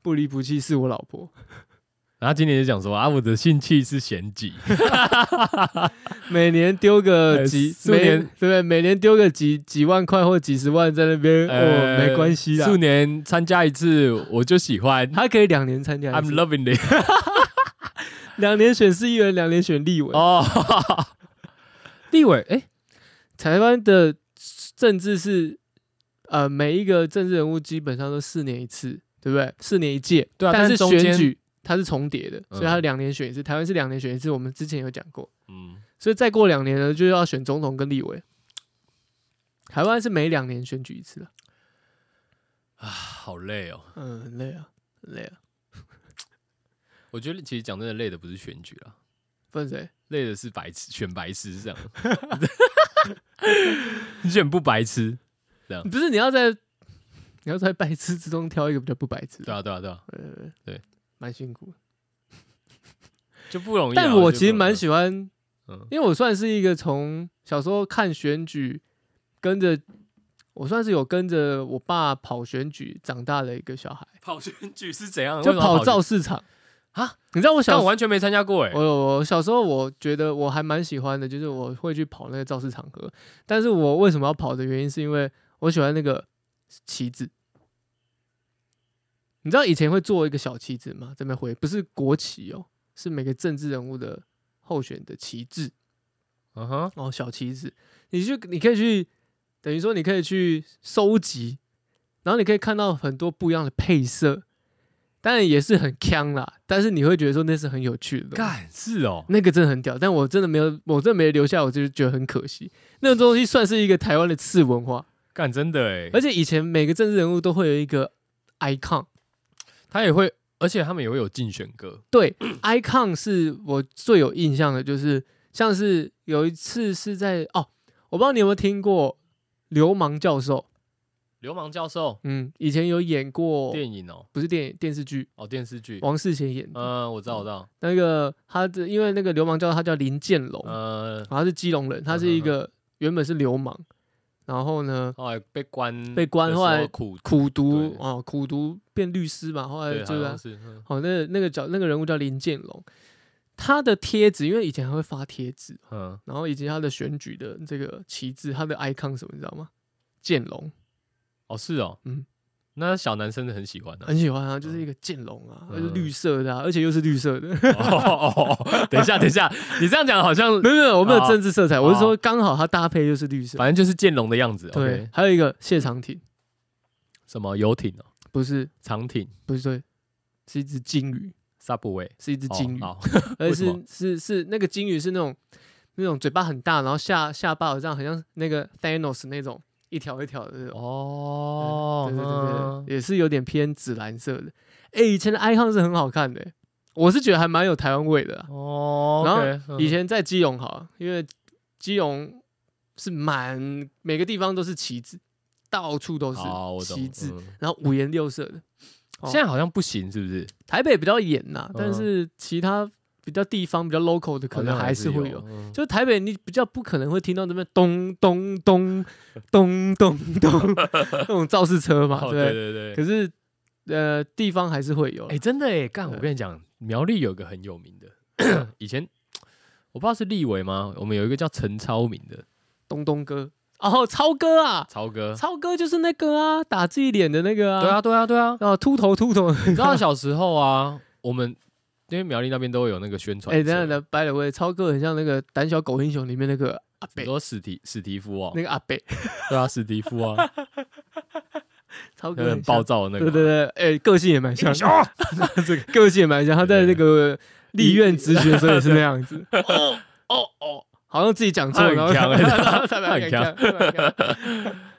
[SPEAKER 2] 不离不弃是我老婆。
[SPEAKER 1] 然后今年就讲说啊，我的性器是嫌己，
[SPEAKER 2] 每年丢个
[SPEAKER 1] 哎
[SPEAKER 2] 几，
[SPEAKER 1] 数
[SPEAKER 2] 每
[SPEAKER 1] 年
[SPEAKER 2] 对不对？每年丢个几几万块或几十万在那边， 哦，
[SPEAKER 1] 呃
[SPEAKER 2] 没关系啦
[SPEAKER 1] 数，年参加一次我就喜欢
[SPEAKER 2] 他可以两年参加一
[SPEAKER 1] ，I'm
[SPEAKER 2] 次，
[SPEAKER 1] loving it。
[SPEAKER 2] 两年选市议员，两年选立委。
[SPEAKER 1] 哦，立委哎、
[SPEAKER 2] 台湾的政治是，呃，每一个政治人物基本上都四年一次，对不对？四年一届，
[SPEAKER 1] 对啊但
[SPEAKER 2] 但
[SPEAKER 1] 是
[SPEAKER 2] 是
[SPEAKER 1] 中
[SPEAKER 2] 选
[SPEAKER 1] 间
[SPEAKER 2] 举它是重叠的，所以它
[SPEAKER 1] 嗯
[SPEAKER 2] 两年选一次。台湾是两年选一次，我们之前有讲过，
[SPEAKER 1] 嗯。
[SPEAKER 2] 所以再过两年呢，就要选总统跟立委。台湾是每两年选举一次啊的，
[SPEAKER 1] 啊好累哦。
[SPEAKER 2] 嗯，很累啊，很累啊。
[SPEAKER 1] 我觉得其实讲真的，累的不是选举啦，
[SPEAKER 2] 不然谁？
[SPEAKER 1] 累的是白痴选白痴 这样。 你选不白痴？
[SPEAKER 2] 不是你要在你要在白痴之中挑一个比较不白痴
[SPEAKER 1] 对
[SPEAKER 2] 的，
[SPEAKER 1] 啊，对啊，对啊，
[SPEAKER 2] 对对
[SPEAKER 1] 对，
[SPEAKER 2] 蛮辛苦的。
[SPEAKER 1] 就不容易啊。
[SPEAKER 2] 但我其实蛮喜欢
[SPEAKER 1] 嗯，
[SPEAKER 2] 因为我算是一个从小时候看选举，跟着我算是有跟着我爸跑选举长大的一个小孩，
[SPEAKER 1] 跑选举是怎样？
[SPEAKER 2] 就
[SPEAKER 1] 啊为什么
[SPEAKER 2] 跑
[SPEAKER 1] 选
[SPEAKER 2] 造，市场
[SPEAKER 1] 啊。
[SPEAKER 2] 你知道我
[SPEAKER 1] 但
[SPEAKER 2] 小
[SPEAKER 1] 我完全没参加过哎
[SPEAKER 2] 我。我哦小时候我觉得我还蛮喜欢的，就是我会去跑那个造势场合。但是我为什么要跑的原因，是因为我喜欢那个旗子。你知道以前会做一个小旗子吗？这边回不是国旗哦，是每个政治人物的候选的旗帜。
[SPEAKER 1] 嗯哼，
[SPEAKER 2] 哦，小旗子，你去你可以去，等于说你可以去收集，然后你可以看到很多不一样的配色，当然也是很呛啦，但是你会觉得说那是很有趣的东西。
[SPEAKER 1] 干是哦。
[SPEAKER 2] 那个真的很屌，但我真的没有，我真的没留下，我就觉得很可惜。那个东西算是一个台湾的次文化，
[SPEAKER 1] 干真的哎，
[SPEAKER 2] 而且以前每个政治人物都会有一个 icon，
[SPEAKER 1] 他也会，而且他们也会有竞选歌，
[SPEAKER 2] 对，icon 是我最有印象的，就是像是有一次是在哦，我不知道你有没有听过流氓教授，
[SPEAKER 1] 流氓教授
[SPEAKER 2] 嗯，以前有演过，
[SPEAKER 1] 电影哦，
[SPEAKER 2] 不是电影电视剧，
[SPEAKER 1] 哦电视剧，
[SPEAKER 2] 王世贤演的、
[SPEAKER 1] 嗯，我知道，我知道，
[SPEAKER 2] 那个，他的因为那个流氓教授他叫林建龙，
[SPEAKER 1] 呃，
[SPEAKER 2] 然后他是基隆人，他是一个原本是流氓，然后呢
[SPEAKER 1] 后来被关，
[SPEAKER 2] 被关后来
[SPEAKER 1] 苦
[SPEAKER 2] 苦读
[SPEAKER 1] 对
[SPEAKER 2] 哦，苦读变律师嘛，后来
[SPEAKER 1] 对，
[SPEAKER 2] 哎就
[SPEAKER 1] 好
[SPEAKER 2] 是啊
[SPEAKER 1] 像
[SPEAKER 2] 他
[SPEAKER 1] 是，嗯
[SPEAKER 2] 好、那个那个角那个人物叫林建龙，他的贴纸因为以前还会发贴纸，
[SPEAKER 1] 嗯，
[SPEAKER 2] 然后以及他的选举的这个旗帜，他的 icon 是什么你知道吗？建龙
[SPEAKER 1] 哦，是哦，嗯
[SPEAKER 2] 嗯，
[SPEAKER 1] 那小男生很喜欢的、
[SPEAKER 2] 很喜欢啊，就是一个建龙啊，
[SPEAKER 1] 嗯
[SPEAKER 2] 而且绿色的、啊，而且又是绿色的。
[SPEAKER 1] 哦哦哦， 等一下，等一下，你这样讲好像
[SPEAKER 2] 没，有没有，我没有
[SPEAKER 1] 哦
[SPEAKER 2] 政治色彩，我是
[SPEAKER 1] 哦
[SPEAKER 2] 说刚好它搭配就是绿色。
[SPEAKER 1] 反正就是剑龙的样子。
[SPEAKER 2] 对
[SPEAKER 1] OK，，
[SPEAKER 2] 还有一个谢长廷，
[SPEAKER 1] 什么游艇哦，
[SPEAKER 2] 不是
[SPEAKER 1] 长艇
[SPEAKER 2] 不是对，是一只金鱼，
[SPEAKER 1] ，Subway，
[SPEAKER 2] 是一只
[SPEAKER 1] 哦
[SPEAKER 2] 金鱼，
[SPEAKER 1] 好
[SPEAKER 2] 而
[SPEAKER 1] 为什么
[SPEAKER 2] 是是是那个金鱼是那种那种嘴巴很大，然后下下巴有这样，很像那个 Thanos 那种一条一条的那种。
[SPEAKER 1] 哦，
[SPEAKER 2] 对对对对
[SPEAKER 1] 嗯
[SPEAKER 2] 对，也是有点偏紫蓝色的。哎、以前的 icon 是很好看的、我是觉得还蛮有台湾味的啊、
[SPEAKER 1] 哦，
[SPEAKER 2] 然
[SPEAKER 1] OK，
[SPEAKER 2] 以
[SPEAKER 1] 嗯
[SPEAKER 2] 前在基隆好，因为基隆是满每个地方都是旗子，到处都是
[SPEAKER 1] 好，我懂
[SPEAKER 2] 旗帜，
[SPEAKER 1] 嗯
[SPEAKER 2] 然后五颜六色的。哦
[SPEAKER 1] 现在好像不行，是不是？
[SPEAKER 2] 台北比较严呐、但
[SPEAKER 1] 嗯
[SPEAKER 2] 是其他比较地方比较 local 的可
[SPEAKER 1] 好
[SPEAKER 2] 能
[SPEAKER 1] 像
[SPEAKER 2] 还是会
[SPEAKER 1] 有。嗯
[SPEAKER 2] 就台北，你比较不可能会听到这边咚咚咚咚咚咚那种肇事车嘛，对
[SPEAKER 1] 哦
[SPEAKER 2] 不
[SPEAKER 1] 对
[SPEAKER 2] 对？
[SPEAKER 1] 对对，
[SPEAKER 2] 可是呃，地方还是会有啦。嗯
[SPEAKER 1] 哎，真的哎，干，我
[SPEAKER 2] 对
[SPEAKER 1] 跟你讲，苗栗有个很有名的，以前我不知道是立委吗？我们有一个叫陈超明的
[SPEAKER 2] 东东哥，哦，超 哥啊，
[SPEAKER 1] 超哥，
[SPEAKER 2] 超哥就是那个啊，打自己脸的那个啊，
[SPEAKER 1] 对啊，对啊，对啊。
[SPEAKER 2] 哦，秃头秃头，
[SPEAKER 1] 你知道小时候啊，我们因为苗栗那边都会有那个宣传
[SPEAKER 2] 哎、
[SPEAKER 1] 车，
[SPEAKER 2] 等一下等一下，白了喂，超哥很像那个《胆小狗英雄》里面那个阿
[SPEAKER 1] 你
[SPEAKER 2] 北，
[SPEAKER 1] 说史提史提夫哦
[SPEAKER 2] 那，个阿北，
[SPEAKER 1] 对啊，史提夫啊，
[SPEAKER 2] 超哥
[SPEAKER 1] 很
[SPEAKER 2] 很
[SPEAKER 1] 暴
[SPEAKER 2] 像
[SPEAKER 1] 躁的那个 哎嘛，
[SPEAKER 2] 对对对，哎、个性也蛮像，这 个个性也蛮像。他在 那个立院直学的时候也是那样子， 哦哦哦，好像自己讲错，
[SPEAKER 1] 他很
[SPEAKER 2] 然后
[SPEAKER 1] 强欸他
[SPEAKER 2] 他
[SPEAKER 1] 他很
[SPEAKER 2] 蛮强，他蛮强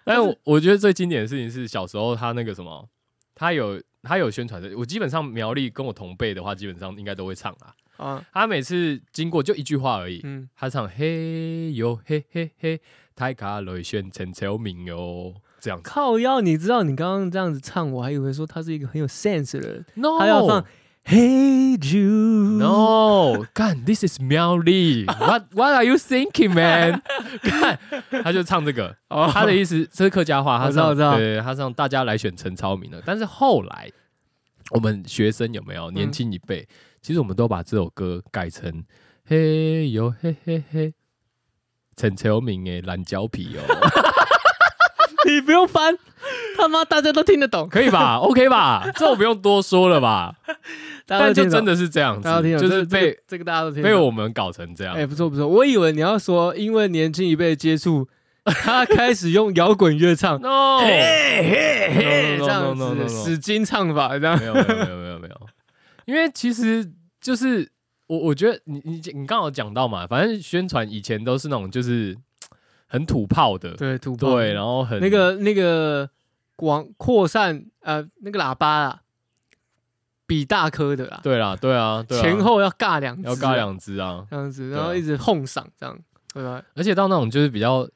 [SPEAKER 1] 但哎我我觉得最经典的事情是小时候他那个什么，他有他有宣传的，我基本上苗栗跟我同辈的话，基本上应该都会唱啦。
[SPEAKER 2] 啊，
[SPEAKER 1] 他每次经过就一句话而已，
[SPEAKER 2] 嗯，
[SPEAKER 1] 他唱嘿哟嘿嘿嘿，泰卡雷宣陈超明哟这样子。
[SPEAKER 2] 靠腰，你知道你刚刚这样子唱，我还以为说他是一个很有 sense 的人，
[SPEAKER 1] No，嗯
[SPEAKER 2] 他要放 Hey Jude。
[SPEAKER 1] No，干，This is 苗栗，What What are you thinking, man？干，他就唱这个，
[SPEAKER 2] 哦
[SPEAKER 1] 他的意思这是客家话，他
[SPEAKER 2] 我知道
[SPEAKER 1] 唱
[SPEAKER 2] 我知道
[SPEAKER 1] 对，他唱大家来选陈超明了。但是后来我们学生有没有年轻一辈，其实我们都把这首歌改成嘿哟嘿嘿嘿，陈超明的蓝胶皮哦，
[SPEAKER 2] 你不用翻，他妈大家都听得懂，
[SPEAKER 1] 可以吧？OK 吧？这我不用多说了吧？
[SPEAKER 2] 大家
[SPEAKER 1] 但
[SPEAKER 2] 都
[SPEAKER 1] 就
[SPEAKER 2] 听得
[SPEAKER 1] 真
[SPEAKER 2] 懂，
[SPEAKER 1] 的是这样
[SPEAKER 2] 大家都
[SPEAKER 1] 子，
[SPEAKER 2] 听
[SPEAKER 1] 就
[SPEAKER 2] 得懂，
[SPEAKER 1] 是
[SPEAKER 2] 这个
[SPEAKER 1] 被
[SPEAKER 2] 这个大家都听得
[SPEAKER 1] 被
[SPEAKER 2] 懂。
[SPEAKER 1] 我们搞成这样，
[SPEAKER 2] 哎、。不错不错，我以为你要说，因为年轻一辈的接 触，他开始用摇滚乐唱
[SPEAKER 1] No，
[SPEAKER 2] 嘿
[SPEAKER 1] no
[SPEAKER 2] 这
[SPEAKER 1] no
[SPEAKER 2] 样
[SPEAKER 1] no
[SPEAKER 2] 子
[SPEAKER 1] no
[SPEAKER 2] 使劲唱法，这样
[SPEAKER 1] 没有没有没有没有没有，因为其实就是我我觉得你你你刚好讲到嘛，反正宣传以前都是那种就是很土炮的，
[SPEAKER 2] 对土炮
[SPEAKER 1] 对，然后很
[SPEAKER 2] 那个那个广扩散呃那个喇叭啊，比大颗的啦，
[SPEAKER 1] 对啦对啊，对啊
[SPEAKER 2] 前后要尬两只，
[SPEAKER 1] 要尬两只啊，
[SPEAKER 2] 这样子，
[SPEAKER 1] 对啊
[SPEAKER 2] 然后一直哄嗓这样，对吧？
[SPEAKER 1] 而且到那种就是比较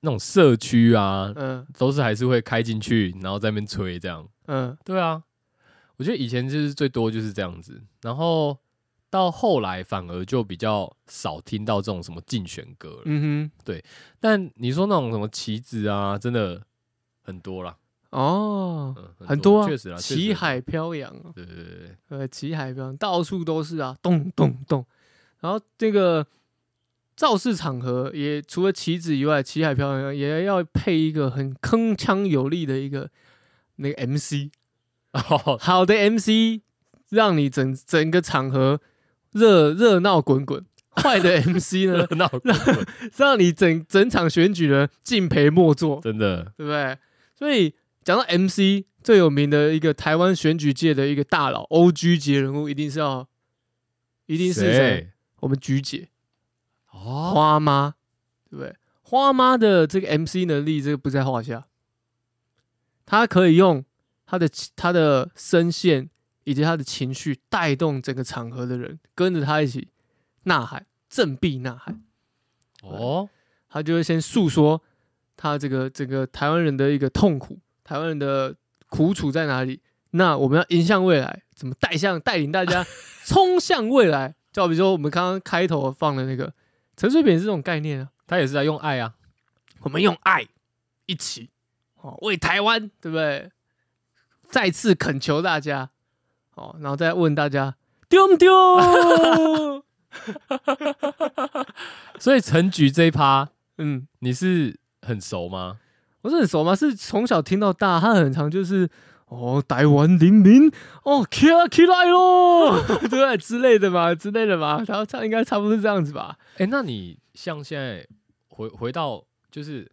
[SPEAKER 1] 那种社区啊，
[SPEAKER 2] 嗯
[SPEAKER 1] 都是还是会开进去，然后在那边吹这样。
[SPEAKER 2] 嗯
[SPEAKER 1] 对啊，我觉得以前就是最多就是这样子，然后到后来反而就比较少听到这种什么竞选歌了。
[SPEAKER 2] 嗯
[SPEAKER 1] 但你说那种什么棋子啊，真的很多啦，
[SPEAKER 2] 哼，哦，
[SPEAKER 1] 嗯，
[SPEAKER 2] 很多啊
[SPEAKER 1] 确实啦，，确实
[SPEAKER 2] 旗，海飘扬啊。
[SPEAKER 1] 对对对对，
[SPEAKER 2] 呃，旗海标到处都是啊，咚咚咚。然后这个造势场合也除了旗子以外，旗海飘扬也要配一个很铿锵有力的一个那个 MC，
[SPEAKER 1] 哦，
[SPEAKER 2] 好的 MC 让你整整个场合热热闹滚滚，坏的 MC
[SPEAKER 1] 热
[SPEAKER 2] 呢
[SPEAKER 1] 闹滚滚，
[SPEAKER 2] 让你整整场选举呢敬陪末座，
[SPEAKER 1] 真的，
[SPEAKER 2] 对不对？所以讲到 MC 最有名的一个台湾选举界的一个大佬，OG 级人物，一定是要，一
[SPEAKER 1] 一
[SPEAKER 2] 定是谁？？我们菊姐，
[SPEAKER 1] 哦，
[SPEAKER 2] 花妈，对不对？花妈的这个 MC 能力，这个不在话下。她可以用她的她的声线以及她的情绪带动整个场合的人跟着她一起呐喊，振臂呐喊。
[SPEAKER 1] 哦，
[SPEAKER 2] 他就会先诉说他这个这个台湾人的一个痛苦，台湾人的苦楚在哪里？那我们要迎向未来，怎么带向带领大家冲向未来？就好比说我们刚刚开头放的那个陈水扁是这种概念啊，
[SPEAKER 1] 他也是在用爱啊，
[SPEAKER 2] 我们用爱一起哦，为台湾，对不对？再次恳求大家哦，然后再问大家丢不丢？
[SPEAKER 1] 所以陈菊这一趴
[SPEAKER 2] 嗯，
[SPEAKER 1] 你是很熟吗？
[SPEAKER 2] 我是很熟吗？是从小听到大，他很常就是哦，台湾零零哦，起来起来喽， 对不对之类的嘛，之类的嘛，然后唱应该差不多是这样子吧。
[SPEAKER 1] 哎，那你像现在回回到就是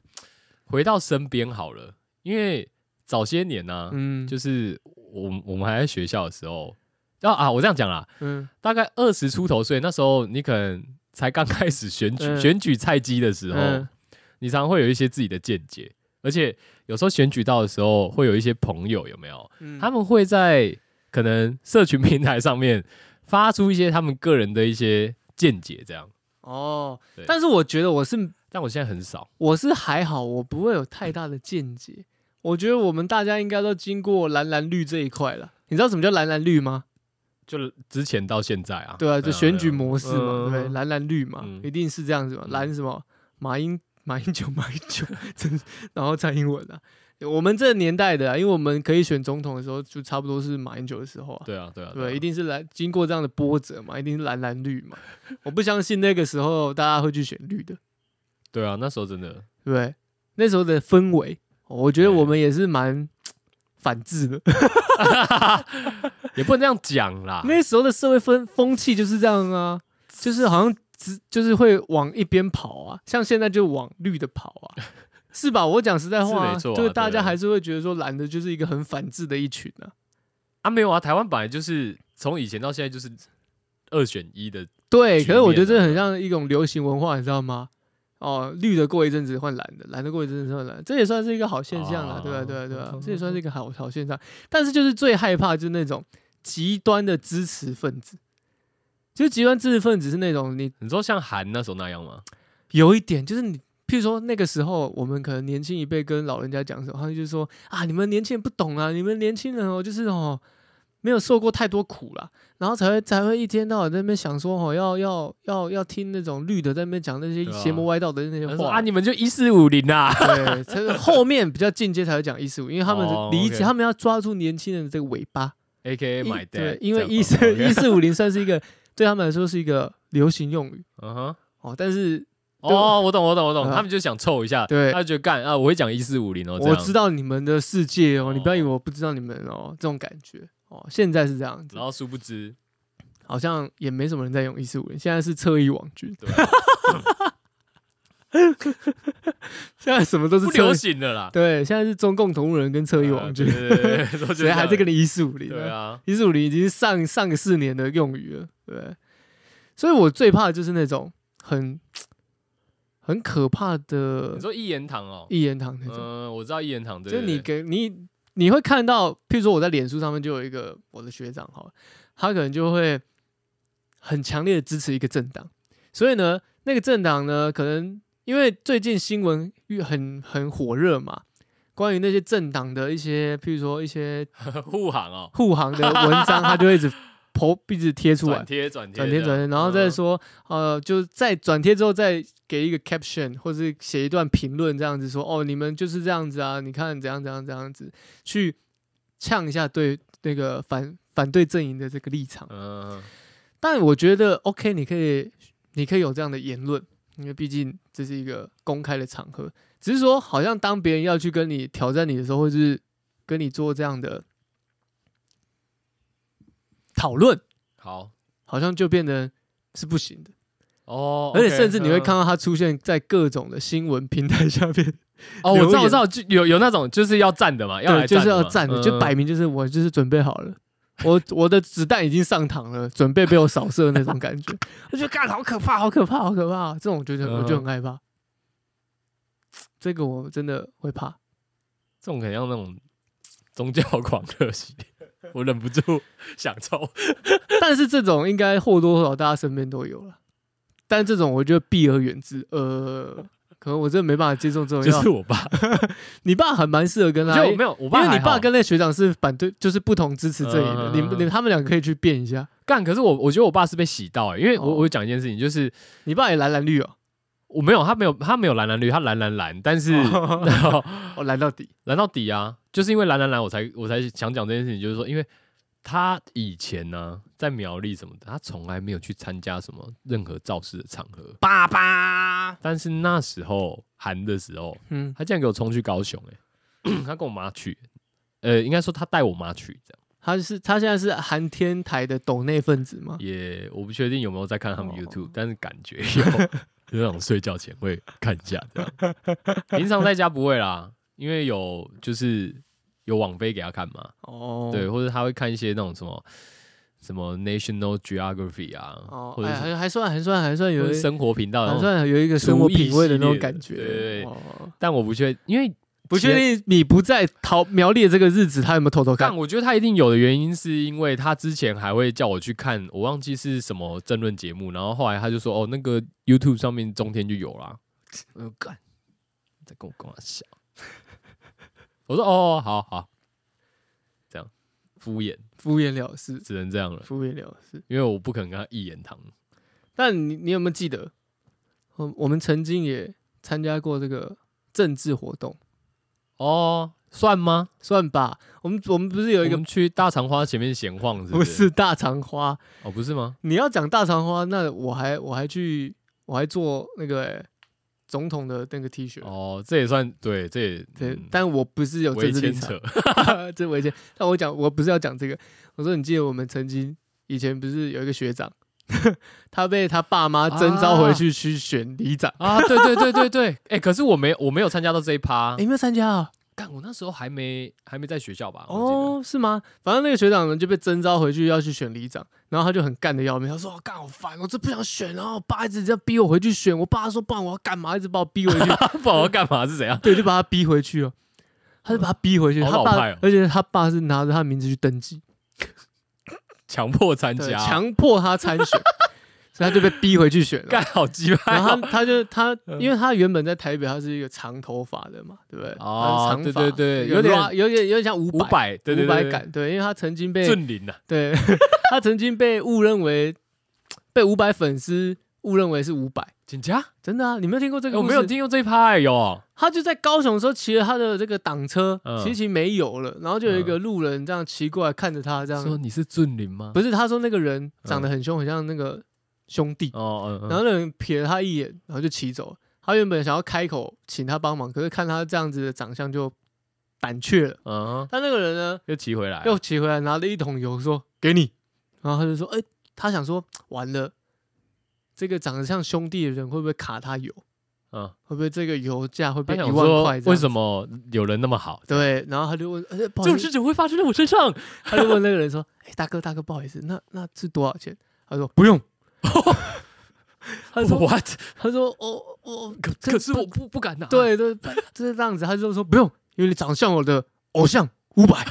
[SPEAKER 1] 回到身边好了，因为早些年呢，
[SPEAKER 2] 嗯，
[SPEAKER 1] 就
[SPEAKER 2] 就
[SPEAKER 1] 是我们我们还在学校的时候，啊啊，我这样讲啦，
[SPEAKER 2] 嗯
[SPEAKER 1] 大概二十出头岁，那时候你可能才刚开始选举、
[SPEAKER 2] 嗯
[SPEAKER 1] 选举菜鸡的时候，
[SPEAKER 2] 嗯
[SPEAKER 1] 你常常会有一些自己的见解，而且有时候选举到的时候，会有一些朋友有没有？
[SPEAKER 2] 嗯
[SPEAKER 1] 他们会在可能社群平台上面发出一些他们个人的一些见解，这样。
[SPEAKER 2] 哦
[SPEAKER 1] 对，
[SPEAKER 2] 但是我觉得我是
[SPEAKER 1] 但我现在很少，
[SPEAKER 2] 我是还好，我不会有太大的见解。我觉得我们大家应该都经过蓝蓝绿这一块了。你知道什么叫蓝蓝绿吗？
[SPEAKER 1] 就之前到现在啊，
[SPEAKER 2] 对啊，就选举模式嘛，对不对？
[SPEAKER 1] 嗯
[SPEAKER 2] 蓝蓝绿嘛，
[SPEAKER 1] 嗯
[SPEAKER 2] 一定是这样子嘛。
[SPEAKER 1] 嗯
[SPEAKER 2] 蓝什么？马英马英九，马英九，真是然后蔡英文啊，我们这年代的啊、因为我们可以选总统的时候，就差不多是马英九的时候啊。
[SPEAKER 1] 对啊，对啊，
[SPEAKER 2] 对，
[SPEAKER 1] 啊
[SPEAKER 2] 一定是蓝经过这样的波折嘛，一定是蓝蓝绿嘛。我不相信那个时候大家会去选绿的，
[SPEAKER 1] 对啊，那时候真的
[SPEAKER 2] 对不对？那时候的氛围，我觉得
[SPEAKER 1] 对
[SPEAKER 2] 我们也是蛮反制的。
[SPEAKER 1] 也不能这样讲啦。
[SPEAKER 2] 那时候的社会风风气就是这样啊，就是好像只就是会往一边跑啊，像现在就往绿的跑啊， 是吧？我讲实在话、
[SPEAKER 1] 是没错啊
[SPEAKER 2] 就是大
[SPEAKER 1] 对
[SPEAKER 2] 家
[SPEAKER 1] 啊
[SPEAKER 2] 还是会觉得说蓝的就是一个很反制的一群啊。
[SPEAKER 1] 啊，没有啊，台湾本来就是从以前到现在就是二选一的，
[SPEAKER 2] 对，
[SPEAKER 1] 局
[SPEAKER 2] 可是我觉得
[SPEAKER 1] 面啊
[SPEAKER 2] 这很像一种流行文化，你知道吗？哦，绿的过一阵子换蓝的，蓝的过一阵子换蓝的，这也算是一个好现象啊啦，对吧、
[SPEAKER 1] 哦
[SPEAKER 2] 对吧、对吧、
[SPEAKER 1] 懂懂
[SPEAKER 2] 这也算是一个好好现象。但是就是最害怕就是那种极端的支持分子，就是极端支持分子是那种你
[SPEAKER 1] 你说像韩那时候那样吗？
[SPEAKER 2] 有一点就是你。譬如说，那个时候我们可能年轻一辈跟老人家讲什么，他们就说啊，你们年轻人不懂啊，你们年轻人哦，就是哦，没有受过太多苦啦，然后才会才会一天到晚在那边想说哦，要要要要听那种绿的在那边讲那些
[SPEAKER 1] 对啊
[SPEAKER 2] 邪魔歪道的那些
[SPEAKER 1] 他说
[SPEAKER 2] 话
[SPEAKER 1] 啊，你们就一四五零啊啦，
[SPEAKER 2] 对，才是后面比较进阶才会讲一四五，因为他们
[SPEAKER 1] 哦
[SPEAKER 2] 的理解，
[SPEAKER 1] ，OK
[SPEAKER 2] 他们要抓住年轻人的这个尾巴，
[SPEAKER 1] ，A K A
[SPEAKER 2] 一
[SPEAKER 1] my dad，
[SPEAKER 2] 对，因为
[SPEAKER 1] 这
[SPEAKER 2] 一
[SPEAKER 1] 样
[SPEAKER 2] 四
[SPEAKER 1] 吧
[SPEAKER 2] 一，
[SPEAKER 1] OK
[SPEAKER 2] 四五零算是一个对他们来说是一个流行用语
[SPEAKER 1] 嗯 哼。
[SPEAKER 2] 哦，但是
[SPEAKER 1] 哦，我懂，我懂，我懂，
[SPEAKER 2] 啊
[SPEAKER 1] 他们就想凑一下，
[SPEAKER 2] 对
[SPEAKER 1] 他就觉得干啊，我会讲一四五零哦，这
[SPEAKER 2] 我
[SPEAKER 1] 样
[SPEAKER 2] 知道你们的世界哦，你不要以为
[SPEAKER 1] 哦
[SPEAKER 2] 我不知道你们哦，这种感觉哦，现在是这样子
[SPEAKER 1] 然，后殊不 知，
[SPEAKER 2] 好像也没什么人在用一四五零，现在是侧翼网军，
[SPEAKER 1] 对啊吧，
[SPEAKER 2] 现在什么都是
[SPEAKER 1] 不
[SPEAKER 2] 侧
[SPEAKER 1] 流
[SPEAKER 2] 翼，
[SPEAKER 1] 行的 啦，
[SPEAKER 2] 对，现在是中共同路人跟侧翼网
[SPEAKER 1] 呃
[SPEAKER 2] 军
[SPEAKER 1] 对，对对对 对
[SPEAKER 2] 谁还在跟
[SPEAKER 1] 你？
[SPEAKER 2] 你一四五零？
[SPEAKER 1] 对， 啊，
[SPEAKER 2] 一四五零已经是上上个四年的用语了，对，所以我最怕的就是那种很很可怕的
[SPEAKER 1] 你说一言堂哦，
[SPEAKER 2] 一言堂那种。
[SPEAKER 1] 嗯，我知道一言堂，对，
[SPEAKER 2] 就是你
[SPEAKER 1] 对对
[SPEAKER 2] 给你你会看到，譬如说我在脸书上面就有一个我的学长哈，他可能就会很强烈的支持一个政党，所以呢，那个政党呢，可能因为最近新闻越很很火热嘛，关于那些政党的一些，譬如说一些
[SPEAKER 1] 护航 哦，
[SPEAKER 2] 护航的文章，他就会一直剖，一直贴出来
[SPEAKER 1] 转。贴转贴
[SPEAKER 2] 转贴
[SPEAKER 1] 这
[SPEAKER 2] 转贴，
[SPEAKER 1] 样
[SPEAKER 2] 然后再
[SPEAKER 1] 嗯
[SPEAKER 2] 说，呃，就在转贴之后再给一个 caption，或是写一段评论这样子说，哦，你们就是这样子啊，你看怎样怎样怎样子，去呛一下对那个反反对阵营的这个立场。
[SPEAKER 1] 嗯，
[SPEAKER 2] 但我觉得 OK，你可以你可以有这样的言论，因为毕竟这是一个公开的场合。只是说，好像当别人要去跟你挑战你的时候，或是跟你做这样的讨论，
[SPEAKER 1] 好
[SPEAKER 2] 好像就变得是不行的。
[SPEAKER 1] 哦，
[SPEAKER 2] 而且
[SPEAKER 1] OK，
[SPEAKER 2] 甚至你会
[SPEAKER 1] 嗯
[SPEAKER 2] 看到它出现在各种的新闻平台下面，
[SPEAKER 1] 哦，我知道，
[SPEAKER 2] 留言
[SPEAKER 1] 我知道，就有有那种就是要站的嘛，要来嗯
[SPEAKER 2] 对，就是要
[SPEAKER 1] 嘛
[SPEAKER 2] 站的，就摆明就是我就是准备好了，我我的子弹已经上膛了，准备被我扫射的那种感觉，我觉得干好可怕，好可怕，好可怕，这种我觉得我就很害怕，这个我真的会怕，
[SPEAKER 1] 这种很像那种宗教狂热系列，我忍不住想抽。
[SPEAKER 2] 但是这种应该或多或少大家身边都有了，但这种我就避而远之，呃。可能我真的没办法接受这种
[SPEAKER 1] 就
[SPEAKER 2] 药。
[SPEAKER 1] 是我爸，
[SPEAKER 2] 你爸很蛮适合跟
[SPEAKER 1] 我
[SPEAKER 2] 他，
[SPEAKER 1] 觉得我没有，啊我爸
[SPEAKER 2] 因为你
[SPEAKER 1] 还好
[SPEAKER 2] 爸跟那学长是反对，就是不同支持阵营的，
[SPEAKER 1] 嗯
[SPEAKER 2] 你们你他们两个可以去辩一下。
[SPEAKER 1] 干，可是我我觉得我爸是被洗到、欸，因为我、
[SPEAKER 2] 哦
[SPEAKER 1] 我讲一件事情，就是
[SPEAKER 2] 你爸也蓝蓝 绿哦，
[SPEAKER 1] 我没有他没有他没有蓝蓝绿，他蓝蓝蓝，但是然后
[SPEAKER 2] 哦蓝到底，
[SPEAKER 1] 蓝到底啊，就是因为蓝蓝蓝，我才我才想讲这件事情，就是说，因为他以前呢、在苗栗什么的，他从来没有去参加什么任何造势的场合，
[SPEAKER 2] 爸爸，
[SPEAKER 1] 但是那时候寒的时候，
[SPEAKER 2] 嗯，
[SPEAKER 1] 他竟然给我冲去高雄、欸，他跟我妈去，呃，应该说他带我妈去，这样
[SPEAKER 2] 他是他现在是韩天台的抖内分子吗？
[SPEAKER 1] 也我不确定有没有在看他们
[SPEAKER 2] 哦
[SPEAKER 1] YouTube，、但是感觉有， 有那种睡觉前会看一下这样，平常在家不会啦，因为有就是有网飞给他看嘛，
[SPEAKER 2] 哦，
[SPEAKER 1] 对，，或者他会看一些那种什么什么 National Geography 啊，
[SPEAKER 2] 哦，
[SPEAKER 1] 或者
[SPEAKER 2] 哎，
[SPEAKER 1] 是
[SPEAKER 2] 还还算还算还算有
[SPEAKER 1] 或
[SPEAKER 2] 一
[SPEAKER 1] 者是生活频道的
[SPEAKER 2] 还
[SPEAKER 1] 那种，
[SPEAKER 2] 算有一个生活品味的那
[SPEAKER 1] 厨艺系列
[SPEAKER 2] 种
[SPEAKER 1] 的
[SPEAKER 2] 感觉，
[SPEAKER 1] 对对对
[SPEAKER 2] 哦
[SPEAKER 1] 但我不确，因为
[SPEAKER 2] 不确定你不在桃苗栗的这个日子，他有没有偷偷看
[SPEAKER 1] 但？我觉得他一定有的原因，是因为他之前还会叫我去看，我忘记是什么争论节目，然后后来他就说，哦，那个 YouTube 上面中天就有啦。我就干，你在跟我跟我笑。我说哦，好好，这样敷衍，
[SPEAKER 2] 敷衍了事，
[SPEAKER 1] 只能这样了，
[SPEAKER 2] 敷衍了事。
[SPEAKER 1] 因为我不可能跟他一言堂。
[SPEAKER 2] 但你你有没有记得，我我们曾经也参加过这个政治活动？
[SPEAKER 1] 哦，算吗？
[SPEAKER 2] 算吧。我们我们不是有
[SPEAKER 1] 我
[SPEAKER 2] 一个
[SPEAKER 1] 们去大肠花前面闲晃是
[SPEAKER 2] 不
[SPEAKER 1] 是？
[SPEAKER 2] 是大肠花？
[SPEAKER 1] 哦，不是 吗？
[SPEAKER 2] 你要讲大肠花，那我还我还去我还做那个、欸总统的那个 T 恤。
[SPEAKER 1] 哦，这也算对，这也
[SPEAKER 2] 对
[SPEAKER 1] 嗯，
[SPEAKER 2] 但我不是有
[SPEAKER 1] 微
[SPEAKER 2] 政治立
[SPEAKER 1] 牵
[SPEAKER 2] 场，
[SPEAKER 1] 扯
[SPEAKER 2] 这我以前，但我讲我不是要讲这个，我说你记得我们曾经以前不是有一个学长， 他被他爸妈征召回去去选里长，
[SPEAKER 1] 啊！对对对对对， 哎、可是我没我没有参加到这一趴
[SPEAKER 2] 你、，没有参加啊？
[SPEAKER 1] 但、我那时候还没还没在学校吧？哦，
[SPEAKER 2] 哦，是吗？反正那个学长呢就被征召回去要去选里长，然后他就很干的要命，他说哦干、好烦，我这不想选，然后我爸一直要逼我回去选，我爸说不然我要干嘛，一直把我逼回 去，
[SPEAKER 1] 不知道我要干嘛是怎样？
[SPEAKER 2] 对，就把他逼回去哦，他就把他逼回去，
[SPEAKER 1] 好
[SPEAKER 2] 他
[SPEAKER 1] 老
[SPEAKER 2] 爸
[SPEAKER 1] 派哦
[SPEAKER 2] 而且他爸是拿着他的名字去登记，
[SPEAKER 1] 强迫参
[SPEAKER 2] 对，
[SPEAKER 1] 加，
[SPEAKER 2] 强迫他参选，所以他就被逼回去选了。
[SPEAKER 1] 干好嗯鸡
[SPEAKER 2] 然
[SPEAKER 1] 巴
[SPEAKER 2] 后他他就他，因为他原本在台北，他是一个长头发的嘛，对不对？
[SPEAKER 1] 哦
[SPEAKER 2] 他是长发
[SPEAKER 1] 对对对
[SPEAKER 2] 有
[SPEAKER 1] 有点
[SPEAKER 2] 有点有点像五
[SPEAKER 1] 五
[SPEAKER 2] 百
[SPEAKER 1] 百，对对
[SPEAKER 2] 五百
[SPEAKER 1] 对，哎
[SPEAKER 2] 感，啊对，因为他曾经被
[SPEAKER 1] 俊林呐、
[SPEAKER 2] 对， 他曾经被误认为被五百粉丝误认为是五百，
[SPEAKER 1] 警察、
[SPEAKER 2] 真的啊，你没有听过这
[SPEAKER 1] 哎
[SPEAKER 2] 个？
[SPEAKER 1] 我没有。听过这一趴、哎有哦、
[SPEAKER 2] 他就在高雄的时候骑了他的这个挡车，
[SPEAKER 1] 嗯
[SPEAKER 2] 其实没有了，然后就有一个路人这样骑过来看着他，这
[SPEAKER 1] 说
[SPEAKER 2] 样
[SPEAKER 1] 你是俊林吗？
[SPEAKER 2] 不是他说那个人长得
[SPEAKER 1] 嗯
[SPEAKER 2] 很凶，很像那个兄弟，
[SPEAKER 1] 哦，嗯嗯，
[SPEAKER 2] 然后那人瞥了他一眼，然后就骑走了。他原本想要开口请他帮忙，可是看他这样子的长相就胆怯了。
[SPEAKER 1] 嗯，
[SPEAKER 2] 但那个人呢，
[SPEAKER 1] 又骑回来，
[SPEAKER 2] 又骑回来拿了一桶油说：“给你。”然后他就说：“哎、他想说完了，这个长得像兄弟的人会不会卡他油？
[SPEAKER 1] 嗯，
[SPEAKER 2] 会不会这个油价会
[SPEAKER 1] 他
[SPEAKER 2] 变
[SPEAKER 1] 想
[SPEAKER 2] 一万
[SPEAKER 1] 说
[SPEAKER 2] 块？
[SPEAKER 1] 为什
[SPEAKER 2] 么？
[SPEAKER 1] 么有人那么好？
[SPEAKER 2] 对。”然后他就问：“哎、不
[SPEAKER 1] 这
[SPEAKER 2] 好意
[SPEAKER 1] 种
[SPEAKER 2] 思
[SPEAKER 1] 事，情会发生在我身 上，
[SPEAKER 2] 他就问那个人说：“哎、大哥，大哥，不好意思，那那是多少钱？”他说：“不用。”他说
[SPEAKER 1] what？：“
[SPEAKER 2] 他说哦，我
[SPEAKER 1] 可
[SPEAKER 2] 这
[SPEAKER 1] 可是
[SPEAKER 2] 不
[SPEAKER 1] 我不不敢拿，，
[SPEAKER 2] 对对，不就是这样子。他就说不用，因为你长相我的偶像五百，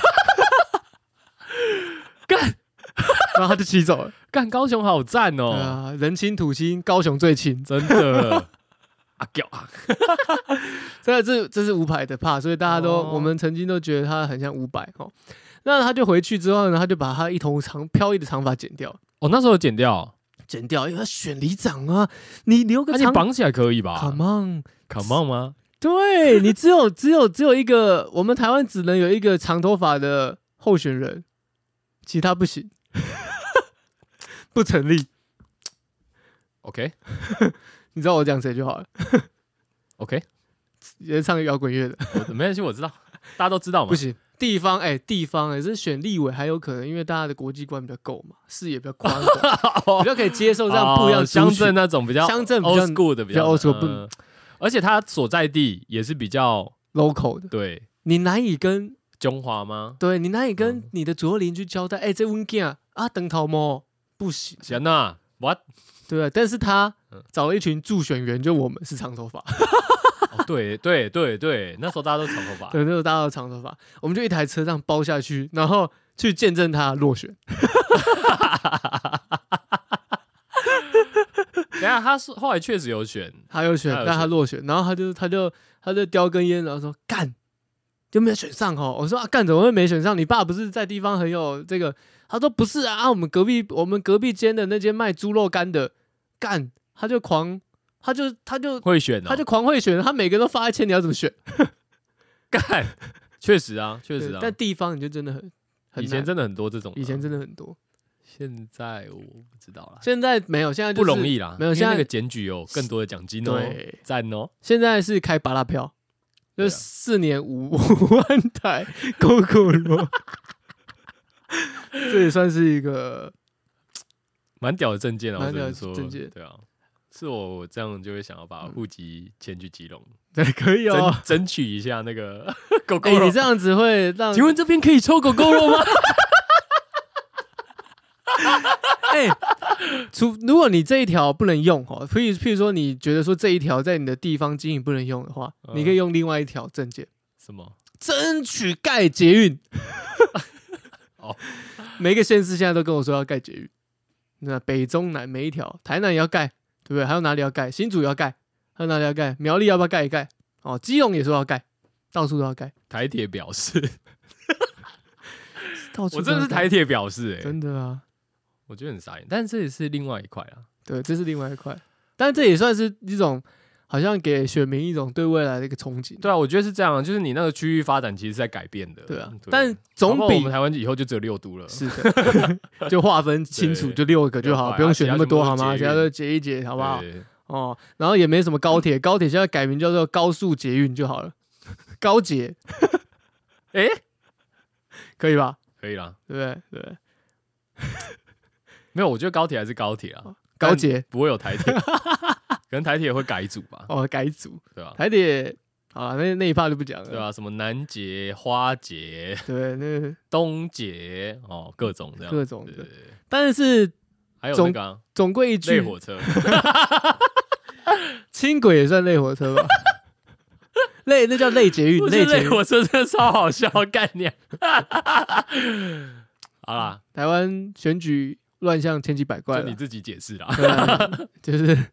[SPEAKER 1] 干
[SPEAKER 2] 然后他就骑走了。
[SPEAKER 1] 干高雄好赞
[SPEAKER 2] 对
[SPEAKER 1] 哦，
[SPEAKER 2] 啊，人亲土亲，高雄最亲。
[SPEAKER 1] 真的 啊屌啊，
[SPEAKER 2] 真的，这这是五百的怕，所以大家都、
[SPEAKER 1] 哦
[SPEAKER 2] 我们曾经都觉得他很像五百哦。那他就回去之后呢，他就把他一头长飘逸的长发剪掉，
[SPEAKER 1] 我哦那时候有剪掉，
[SPEAKER 2] 剪掉，因为他选里长啊，你留
[SPEAKER 1] 那
[SPEAKER 2] 个
[SPEAKER 1] 你
[SPEAKER 2] 长。
[SPEAKER 1] 绑起来可以吧
[SPEAKER 2] Come on，
[SPEAKER 1] ？Come on 吗？
[SPEAKER 2] 对你只有 只有只有一个，我们台湾只能有一个长头发的候选人，其他不行， 不成立。
[SPEAKER 1] OK
[SPEAKER 2] 你知道我讲谁就好了，
[SPEAKER 1] OK，
[SPEAKER 2] 也是唱摇滚乐的，
[SPEAKER 1] 我没关系，我知道，大家都知道嘛
[SPEAKER 2] 不。行。地方哎、地方哎、这选立委还有可能，因为大家的国际观比较够嘛，视野比较宽 广，比较可以接受这样不一样
[SPEAKER 1] 哦
[SPEAKER 2] 的
[SPEAKER 1] 乡
[SPEAKER 2] 族群
[SPEAKER 1] 镇那种比较
[SPEAKER 2] 乡镇比较
[SPEAKER 1] old school 的比
[SPEAKER 2] 比较 old school，不
[SPEAKER 1] 嗯而且他所在地也是比较
[SPEAKER 2] local 的，
[SPEAKER 1] 对
[SPEAKER 2] 你难以跟
[SPEAKER 1] 中华吗？
[SPEAKER 2] 对你难以
[SPEAKER 1] 嗯
[SPEAKER 2] 跟你的左右邻居交代，哎、这温健啊，灯头猫不行，
[SPEAKER 1] 行啊，what？
[SPEAKER 2] 对啊，但是他
[SPEAKER 1] 嗯
[SPEAKER 2] 找了一群助选员，就我们是长头发，
[SPEAKER 1] 哦对 对对对，那时候大家都长头发，
[SPEAKER 2] 对，那时候大家都长头发，我们就一台车这样包下去，然后去见证他落选。
[SPEAKER 1] 等一下他是后来确实有选，
[SPEAKER 2] 他有选
[SPEAKER 1] 他有，
[SPEAKER 2] 但他
[SPEAKER 1] 选
[SPEAKER 2] 落选，然后他就他就他就叼根烟，然后说干，就没有选上哦。我说啊干怎么会没选上？你爸不是在地方很有这个？他说不是啊，啊我们隔壁我们隔壁间的那间卖猪肉干的干，他就狂，他就他就
[SPEAKER 1] 会选哦，
[SPEAKER 2] 他就狂会选，他每个都发一千，你要怎么选？
[SPEAKER 1] 干，确实啊，确实
[SPEAKER 2] 对
[SPEAKER 1] 啊，
[SPEAKER 2] 但地方你就真的很很
[SPEAKER 1] 以前
[SPEAKER 2] 难
[SPEAKER 1] 真的很多这种的啊，
[SPEAKER 2] 以前真的很多，
[SPEAKER 1] 现在我不知道了，
[SPEAKER 2] 现在没有，现在、就
[SPEAKER 1] 不
[SPEAKER 2] 是、
[SPEAKER 1] 容易啦，
[SPEAKER 2] 没
[SPEAKER 1] 因
[SPEAKER 2] 有
[SPEAKER 1] 为
[SPEAKER 2] 现
[SPEAKER 1] 那
[SPEAKER 2] 在
[SPEAKER 1] 个检举有更多的奖金哦，
[SPEAKER 2] 对
[SPEAKER 1] 赞哦，
[SPEAKER 2] 现在是开巴拉票，就
[SPEAKER 1] 对啊
[SPEAKER 2] 是四年五五万 台 GoGo 罗， 这也算是一个
[SPEAKER 1] 蛮屌的证件啊，我
[SPEAKER 2] 蛮
[SPEAKER 1] 只
[SPEAKER 2] 屌的
[SPEAKER 1] 能说，
[SPEAKER 2] 证件嗯
[SPEAKER 1] 对啊，是我我这样就会想要把户籍迁去基隆，
[SPEAKER 2] 对，可以
[SPEAKER 1] 争
[SPEAKER 2] 哦。
[SPEAKER 1] 争取一下那 个狗狗
[SPEAKER 2] 哎、
[SPEAKER 1] 肉
[SPEAKER 2] 你。这样子会让
[SPEAKER 1] 请问这边可以抽狗狗肉 吗？
[SPEAKER 2] 哎，除如果你这一条不能用哦，譬如譬如说你觉得说这一条在你的地方经营不能用的话，
[SPEAKER 1] 嗯
[SPEAKER 2] 你可以用另外一条证件
[SPEAKER 1] 什么？
[SPEAKER 2] 争取盖捷运。
[SPEAKER 1] 哦，
[SPEAKER 2] 每一个县市现在都跟我说要盖捷运，那北中南每一条，台南也要盖，对不对？还有哪里要盖？新竹也要盖，还有哪里要盖？苗栗要不要盖一盖？哦，基隆也说要盖，到处都要盖，
[SPEAKER 1] 台铁表示，
[SPEAKER 2] 到处
[SPEAKER 1] 我
[SPEAKER 2] 都
[SPEAKER 1] 真
[SPEAKER 2] 要
[SPEAKER 1] 的是
[SPEAKER 2] 盖
[SPEAKER 1] 台铁表示、哎，
[SPEAKER 2] 真的啊，
[SPEAKER 1] 我觉得很傻眼。但这也是另外一块啊，
[SPEAKER 2] 对，这是另外一块，但这也算是一种好像给选民一种对未来的一个憧憬。
[SPEAKER 1] 对啊，我觉得是这样啊，就是你那个区域发展其实是在改变的，
[SPEAKER 2] 对啊，但
[SPEAKER 1] 嗯搞
[SPEAKER 2] 总
[SPEAKER 1] 不好
[SPEAKER 2] 比
[SPEAKER 1] 我们台湾以后就只有六都了，
[SPEAKER 2] 是的， 就划分清楚，
[SPEAKER 1] 对
[SPEAKER 2] 就六个就好，
[SPEAKER 1] 六块
[SPEAKER 2] 不用选
[SPEAKER 1] 啊
[SPEAKER 2] 那么多
[SPEAKER 1] 其他全
[SPEAKER 2] 好
[SPEAKER 1] 部都
[SPEAKER 2] 吗？
[SPEAKER 1] 是
[SPEAKER 2] 其
[SPEAKER 1] 捷运
[SPEAKER 2] 他都截一截，好不好？
[SPEAKER 1] 对
[SPEAKER 2] 哦，然后也没什么高铁，高铁现在改名叫做高速捷运就好了， 高捷
[SPEAKER 1] 哎、
[SPEAKER 2] 可以吧？
[SPEAKER 1] 可以啦，
[SPEAKER 2] 对不对？对，
[SPEAKER 1] 没有，我觉得高铁还是高铁啊，
[SPEAKER 2] 高捷
[SPEAKER 1] 不会有台铁， 可能台铁会改组吧，
[SPEAKER 2] 哦，改组
[SPEAKER 1] 对吧、
[SPEAKER 2] 台铁，好了，那那一趴就不讲了，
[SPEAKER 1] 对啊，什么南捷、花捷、
[SPEAKER 2] 对？那
[SPEAKER 1] 东捷哦，各种这样，
[SPEAKER 2] 各种的
[SPEAKER 1] 对对对
[SPEAKER 2] 但是
[SPEAKER 1] 还有
[SPEAKER 2] 总
[SPEAKER 1] 那个啊
[SPEAKER 2] 总归一
[SPEAKER 1] 类
[SPEAKER 2] 句，
[SPEAKER 1] 火 车，
[SPEAKER 2] 轻轨也算类火车 吧？类那叫类捷运，
[SPEAKER 1] 我觉
[SPEAKER 2] 类
[SPEAKER 1] 得
[SPEAKER 2] 捷
[SPEAKER 1] 类
[SPEAKER 2] 运。
[SPEAKER 1] 火车真的超好笑， 干娘。好啦，
[SPEAKER 2] 台湾选举乱象千奇百怪
[SPEAKER 1] 就
[SPEAKER 2] 嗯了
[SPEAKER 1] 你，自己解释啦。
[SPEAKER 2] 对啊 就是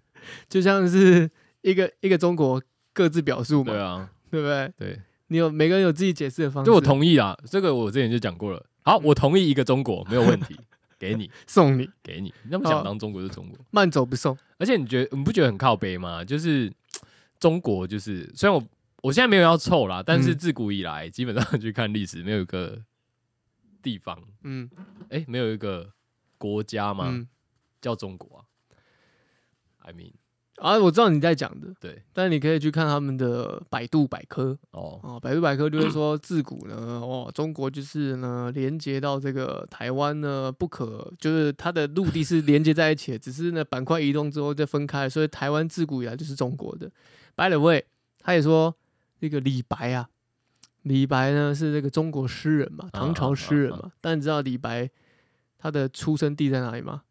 [SPEAKER 2] 就像是一个一个中国各自表述嘛，
[SPEAKER 1] 对啊，
[SPEAKER 2] 对不对？
[SPEAKER 1] 对，
[SPEAKER 2] 你有每个人有自己解释的方式，
[SPEAKER 1] 就我同意啦，这个我之前就讲过了。好，
[SPEAKER 2] 嗯
[SPEAKER 1] 我同意一个中国没有问 题，给你，
[SPEAKER 2] 送你，
[SPEAKER 1] 给你。你那么
[SPEAKER 2] 好啊
[SPEAKER 1] 想当中国就中国，
[SPEAKER 2] 慢走不送，
[SPEAKER 1] 而且你觉得你不觉得很靠背吗？就是中国，就是虽然我我现在没有要臭啦，但是
[SPEAKER 2] 嗯
[SPEAKER 1] 自古以来，基本上去看历史，没有一个地方，
[SPEAKER 2] 嗯
[SPEAKER 1] 哎、没有一个国家嘛、
[SPEAKER 2] 嗯。
[SPEAKER 1] 叫中国啊。I mean，
[SPEAKER 2] 啊，我知道你在讲的，
[SPEAKER 1] 对，
[SPEAKER 2] 但你可以去看他们的百度百科
[SPEAKER 1] 哦，
[SPEAKER 2] 啊、哦，百度百科就会说，自古呢，哦，中国就是呢，连接到这个台湾呢，不可，就是它的陆地是连接在一起的，只是呢板块移动之后再分开，所以台湾自古以来就是中国的。By the way，他也说那个李白啊，李白呢是这个中国诗人嘛，
[SPEAKER 1] 啊
[SPEAKER 2] 唐朝诗人
[SPEAKER 1] 啊
[SPEAKER 2] 嘛，
[SPEAKER 1] 啊
[SPEAKER 2] 但你知道李白他的出生地在哪里吗？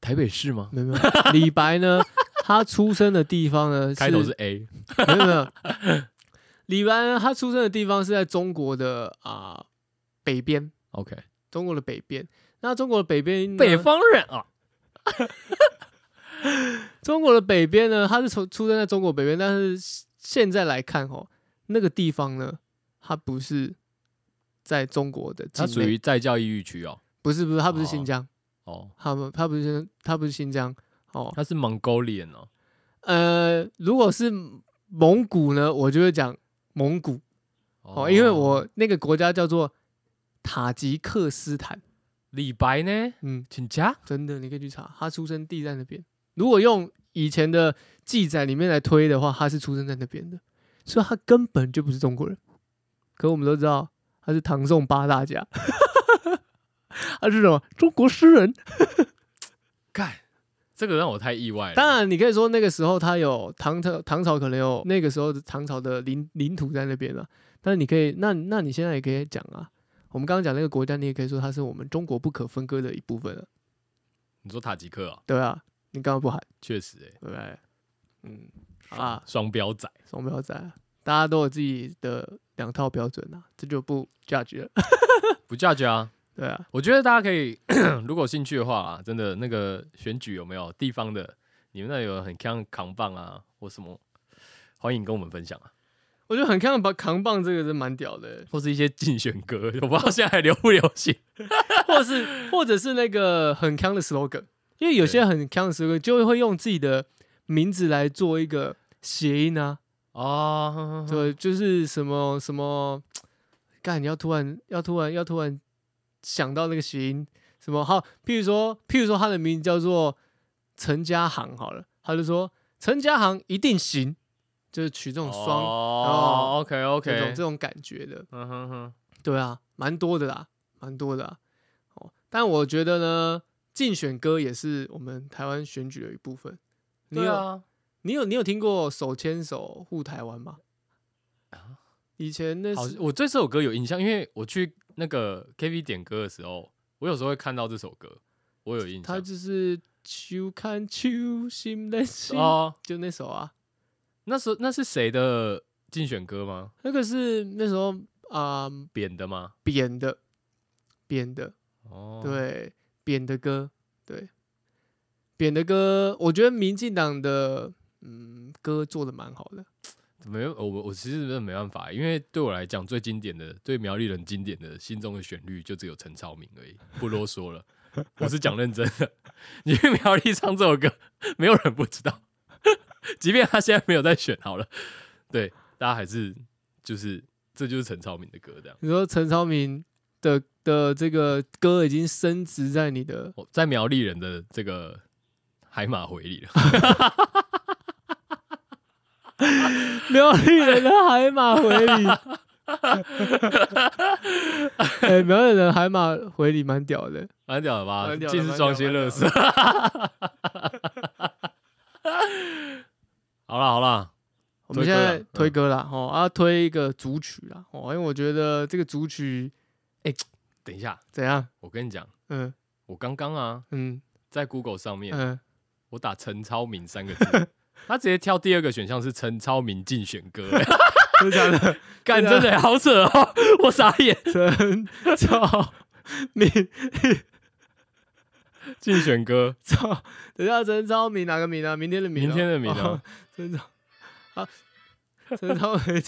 [SPEAKER 1] 台北市吗？
[SPEAKER 2] 没有，没有李白呢，他出生的地方呢，
[SPEAKER 1] 开头是 A，
[SPEAKER 2] 没有没有。 李白呢，他出生的地方是在中国的啊、北边，
[SPEAKER 1] OK，
[SPEAKER 2] 中国的北边。那中国的北边呢，
[SPEAKER 1] 北方人啊，
[SPEAKER 2] 中国的北边呢，他是从出生在中国北边，但是现在来看哦，那个地方呢，它不是在中国的境
[SPEAKER 1] 它
[SPEAKER 2] 内，
[SPEAKER 1] 属于在教育区哦，
[SPEAKER 2] 不是不是，它不是
[SPEAKER 1] 哦
[SPEAKER 2] 新疆，
[SPEAKER 1] 哦，
[SPEAKER 2] 它不它不是它不是新疆哦，
[SPEAKER 1] 它是 Mongolian 哦，
[SPEAKER 2] 呃，如果是蒙古呢，我就会讲蒙古哦，因为我那个国家叫做塔吉克斯坦，
[SPEAKER 1] 李白呢，
[SPEAKER 2] 嗯，
[SPEAKER 1] 请假
[SPEAKER 2] 真的，你可以去查，他出生地在那边。如果用以前的记载里面来推的话，他是出生在那边的，所以他根本就不是中国人。可我们都知道他是唐宋八大家， 他是什么中国诗人？
[SPEAKER 1] 干，这个让我太意外了。
[SPEAKER 2] 当然，你可以说那个时候他有唐朝，唐朝可能有那个时候的唐朝的领领土在那边了。但是你可以，那那你现在也可以讲啊，我们刚刚讲那个国家，你也可以说它是我们中国不可分割的一部分了，
[SPEAKER 1] 你说塔吉克啊，
[SPEAKER 2] 对啊，你刚刚不喊，
[SPEAKER 1] 确实哎、
[SPEAKER 2] 对不对？嗯，啊，
[SPEAKER 1] 双标仔。
[SPEAKER 2] 双标仔啊，大家都有自己的两套标准啊，这就不 judge 了。
[SPEAKER 1] 不 judge 啊。
[SPEAKER 2] 对啊，
[SPEAKER 1] 我觉得大家可以， 如果有兴趣的话啊，真的那个选举有没有地方的，你们那有很像扛棒啊或什么，欢迎跟我们分享啊，
[SPEAKER 2] 我觉得很看把扛棒这个是蛮屌的欸、
[SPEAKER 1] 或是一些竞选歌，我不知道现在还流不流 行。
[SPEAKER 2] 或者是或者是那个很康的 slogan，因为有些很康的 slogan 就会用自己的名字来做一个谐音啊，
[SPEAKER 1] 哦，
[SPEAKER 2] 对，就是什么什么，干你要突然要突然要突然想到那个谐音什么好，譬如说譬如说他的名字叫做陈家航好了，他就说陈家航一定行，就是取这种双
[SPEAKER 1] 哦，OK
[SPEAKER 2] 这种
[SPEAKER 1] OK，
[SPEAKER 2] 这种感觉的，
[SPEAKER 1] 嗯哼哼，
[SPEAKER 2] 对啊，蛮多的啦，蛮多的啊。哦，但我觉得呢，竞选歌也是我们台湾选举的一部分。你
[SPEAKER 1] 对
[SPEAKER 2] 有、
[SPEAKER 1] 啊，
[SPEAKER 2] 你有你有听过手牵手护台湾吗？以前那
[SPEAKER 1] 啊好
[SPEAKER 2] 是，
[SPEAKER 1] 我对这首歌有印象，因为我去那个 KV 点歌的时候，我有时候会看到这首歌，我有印
[SPEAKER 2] 他
[SPEAKER 1] 象。
[SPEAKER 2] 就是秋看秋心的心，
[SPEAKER 1] 哦，
[SPEAKER 2] 就那首啊，
[SPEAKER 1] 那时候那是谁的竞选歌吗？
[SPEAKER 2] 那个是那时候啊、
[SPEAKER 1] 扁的吗？
[SPEAKER 2] 扁的扁的，
[SPEAKER 1] 哦，，
[SPEAKER 2] 对，扁的歌，对，扁的歌，我觉得民进党的嗯歌做的蛮好的，
[SPEAKER 1] 没有，呃我我其实真的没办法，因为对我来讲最经典的、对苗栗人经典的心中的旋律，就只有陈超明而已，不啰嗦了。我是讲认真的。你去苗栗唱这首歌，没有人不知道， 即便他现在没有在选好了，对，大家还是就是这就是陈超明的歌这样。
[SPEAKER 2] 你说陈超明的的这个歌已经升值在 你的，
[SPEAKER 1] 我哦在苗栗人的这个海马回里了，
[SPEAKER 2] 苗栗人的海马回 礼。哎、苗栗人的海马回礼蛮屌的，
[SPEAKER 1] 蛮屌的吧？
[SPEAKER 2] 蛮屌的
[SPEAKER 1] 尽是装些乐色。 好啦好啦，
[SPEAKER 2] 我们
[SPEAKER 1] 推
[SPEAKER 2] 现
[SPEAKER 1] 歌啦嗯
[SPEAKER 2] 在推歌啦，哦、啊，推一个主曲啦，哦，因为我觉得这个主曲
[SPEAKER 1] 等一下，
[SPEAKER 2] 怎样，
[SPEAKER 1] 我跟你讲，
[SPEAKER 2] 嗯
[SPEAKER 1] 我刚刚啊
[SPEAKER 2] 嗯
[SPEAKER 1] 在 Google 上面，
[SPEAKER 2] 嗯，
[SPEAKER 1] 我打陈超明三个字，他直接跳第二个选项是陈超明竞选歌、 欸，
[SPEAKER 2] 真的假的？
[SPEAKER 1] 干
[SPEAKER 2] 对啊
[SPEAKER 1] 真的、好扯哦，我傻眼。
[SPEAKER 2] 陈 超明，
[SPEAKER 1] 竞选歌，
[SPEAKER 2] 超，等一下啊陈超明哪个明啊？明天的明、哦，
[SPEAKER 1] 明天的明啊
[SPEAKER 2] 哦 陈超啊，陈超明，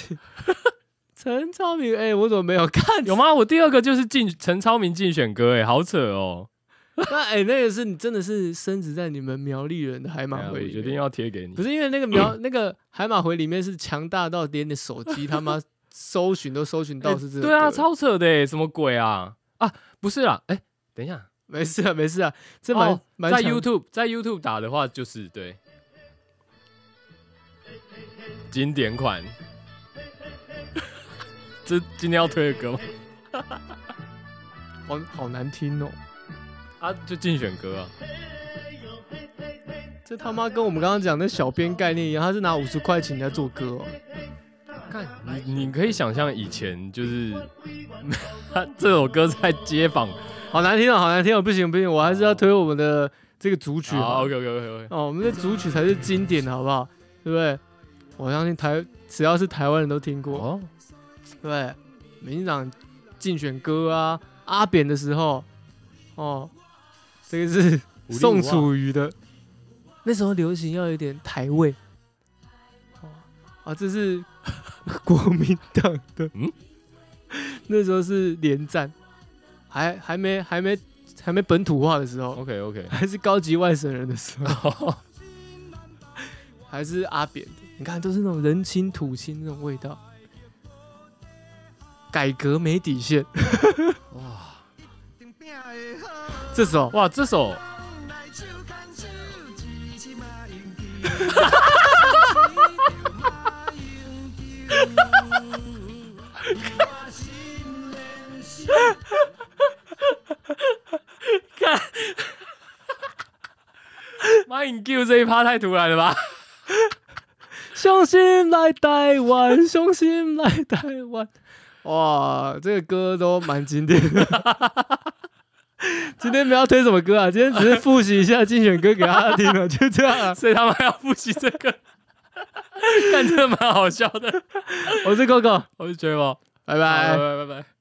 [SPEAKER 2] 陈超明，哎、我怎么没有看？
[SPEAKER 1] 有？吗？我第二个就是竞陈超明竞选歌、欸，哎，好扯哦。
[SPEAKER 2] 那哎、那个是你真的是升值在你们苗栗人的海马
[SPEAKER 1] 哎啊我
[SPEAKER 2] 回里面、
[SPEAKER 1] 决定要贴给你哎
[SPEAKER 2] 不。是因为那个苗 那个海马回里面是强大到连你手机他妈搜寻都搜寻到
[SPEAKER 1] 欸
[SPEAKER 2] 是这个、
[SPEAKER 1] 对啊，超扯的、欸，什么鬼啊？啊，不是啦，哎、等一下，
[SPEAKER 2] 没事啊没事啊，这蛮
[SPEAKER 1] 哦
[SPEAKER 2] 蛮、
[SPEAKER 1] 在
[SPEAKER 2] 强
[SPEAKER 1] YouTube 在 YouTube 打的话就是对，经典款。 这今天要推的歌吗？
[SPEAKER 2] 好好难听哦、
[SPEAKER 1] 啊，就竞选歌啊。
[SPEAKER 2] 这他妈跟我们刚刚讲的小编概念一样，他是拿五十块请人家做歌哦、
[SPEAKER 1] 看你，你可以想象以前就是 这首歌在街坊。
[SPEAKER 2] 好难听哦、好难听哦、不行不行，我还是要推我们的这个主曲好了
[SPEAKER 1] 好，OK OK OK OK。
[SPEAKER 2] 哦，我们的主曲才是经典的，好不好？对不对？我相信台只要是台湾人都听过，
[SPEAKER 1] 哦，
[SPEAKER 2] 对不对，民进党竞选歌啊，阿扁的时候，哦，这个是
[SPEAKER 1] 无力
[SPEAKER 2] 宋
[SPEAKER 1] 无望
[SPEAKER 2] 楚瑜的，那时候流行要有一点台味，哦啊，这是 国民党的，
[SPEAKER 1] 嗯，
[SPEAKER 2] 那时候是连战，还还没还没还没本土化的时候，
[SPEAKER 1] OK OK，
[SPEAKER 2] 还是高级外省人的时候，还是阿扁的，你看都是那种人亲土亲那种味道。改革没底线，
[SPEAKER 1] 哇
[SPEAKER 2] 这首
[SPEAKER 1] 哇，这首妈你 Q 这一趴太突然了吧？
[SPEAKER 2] 雄心来台湾，雄心来台湾。 哇，这个歌都蛮经典的。 今天不要推什么歌啊，今天只是复习一下竞选歌给大家听了，就这样、啊。
[SPEAKER 1] 所以他们还要复习这个， 看真的蛮好笑的。
[SPEAKER 2] 我是 Coco，
[SPEAKER 1] 我是 j a
[SPEAKER 2] 拜
[SPEAKER 1] 拜
[SPEAKER 2] 拜。
[SPEAKER 1] 拜拜拜。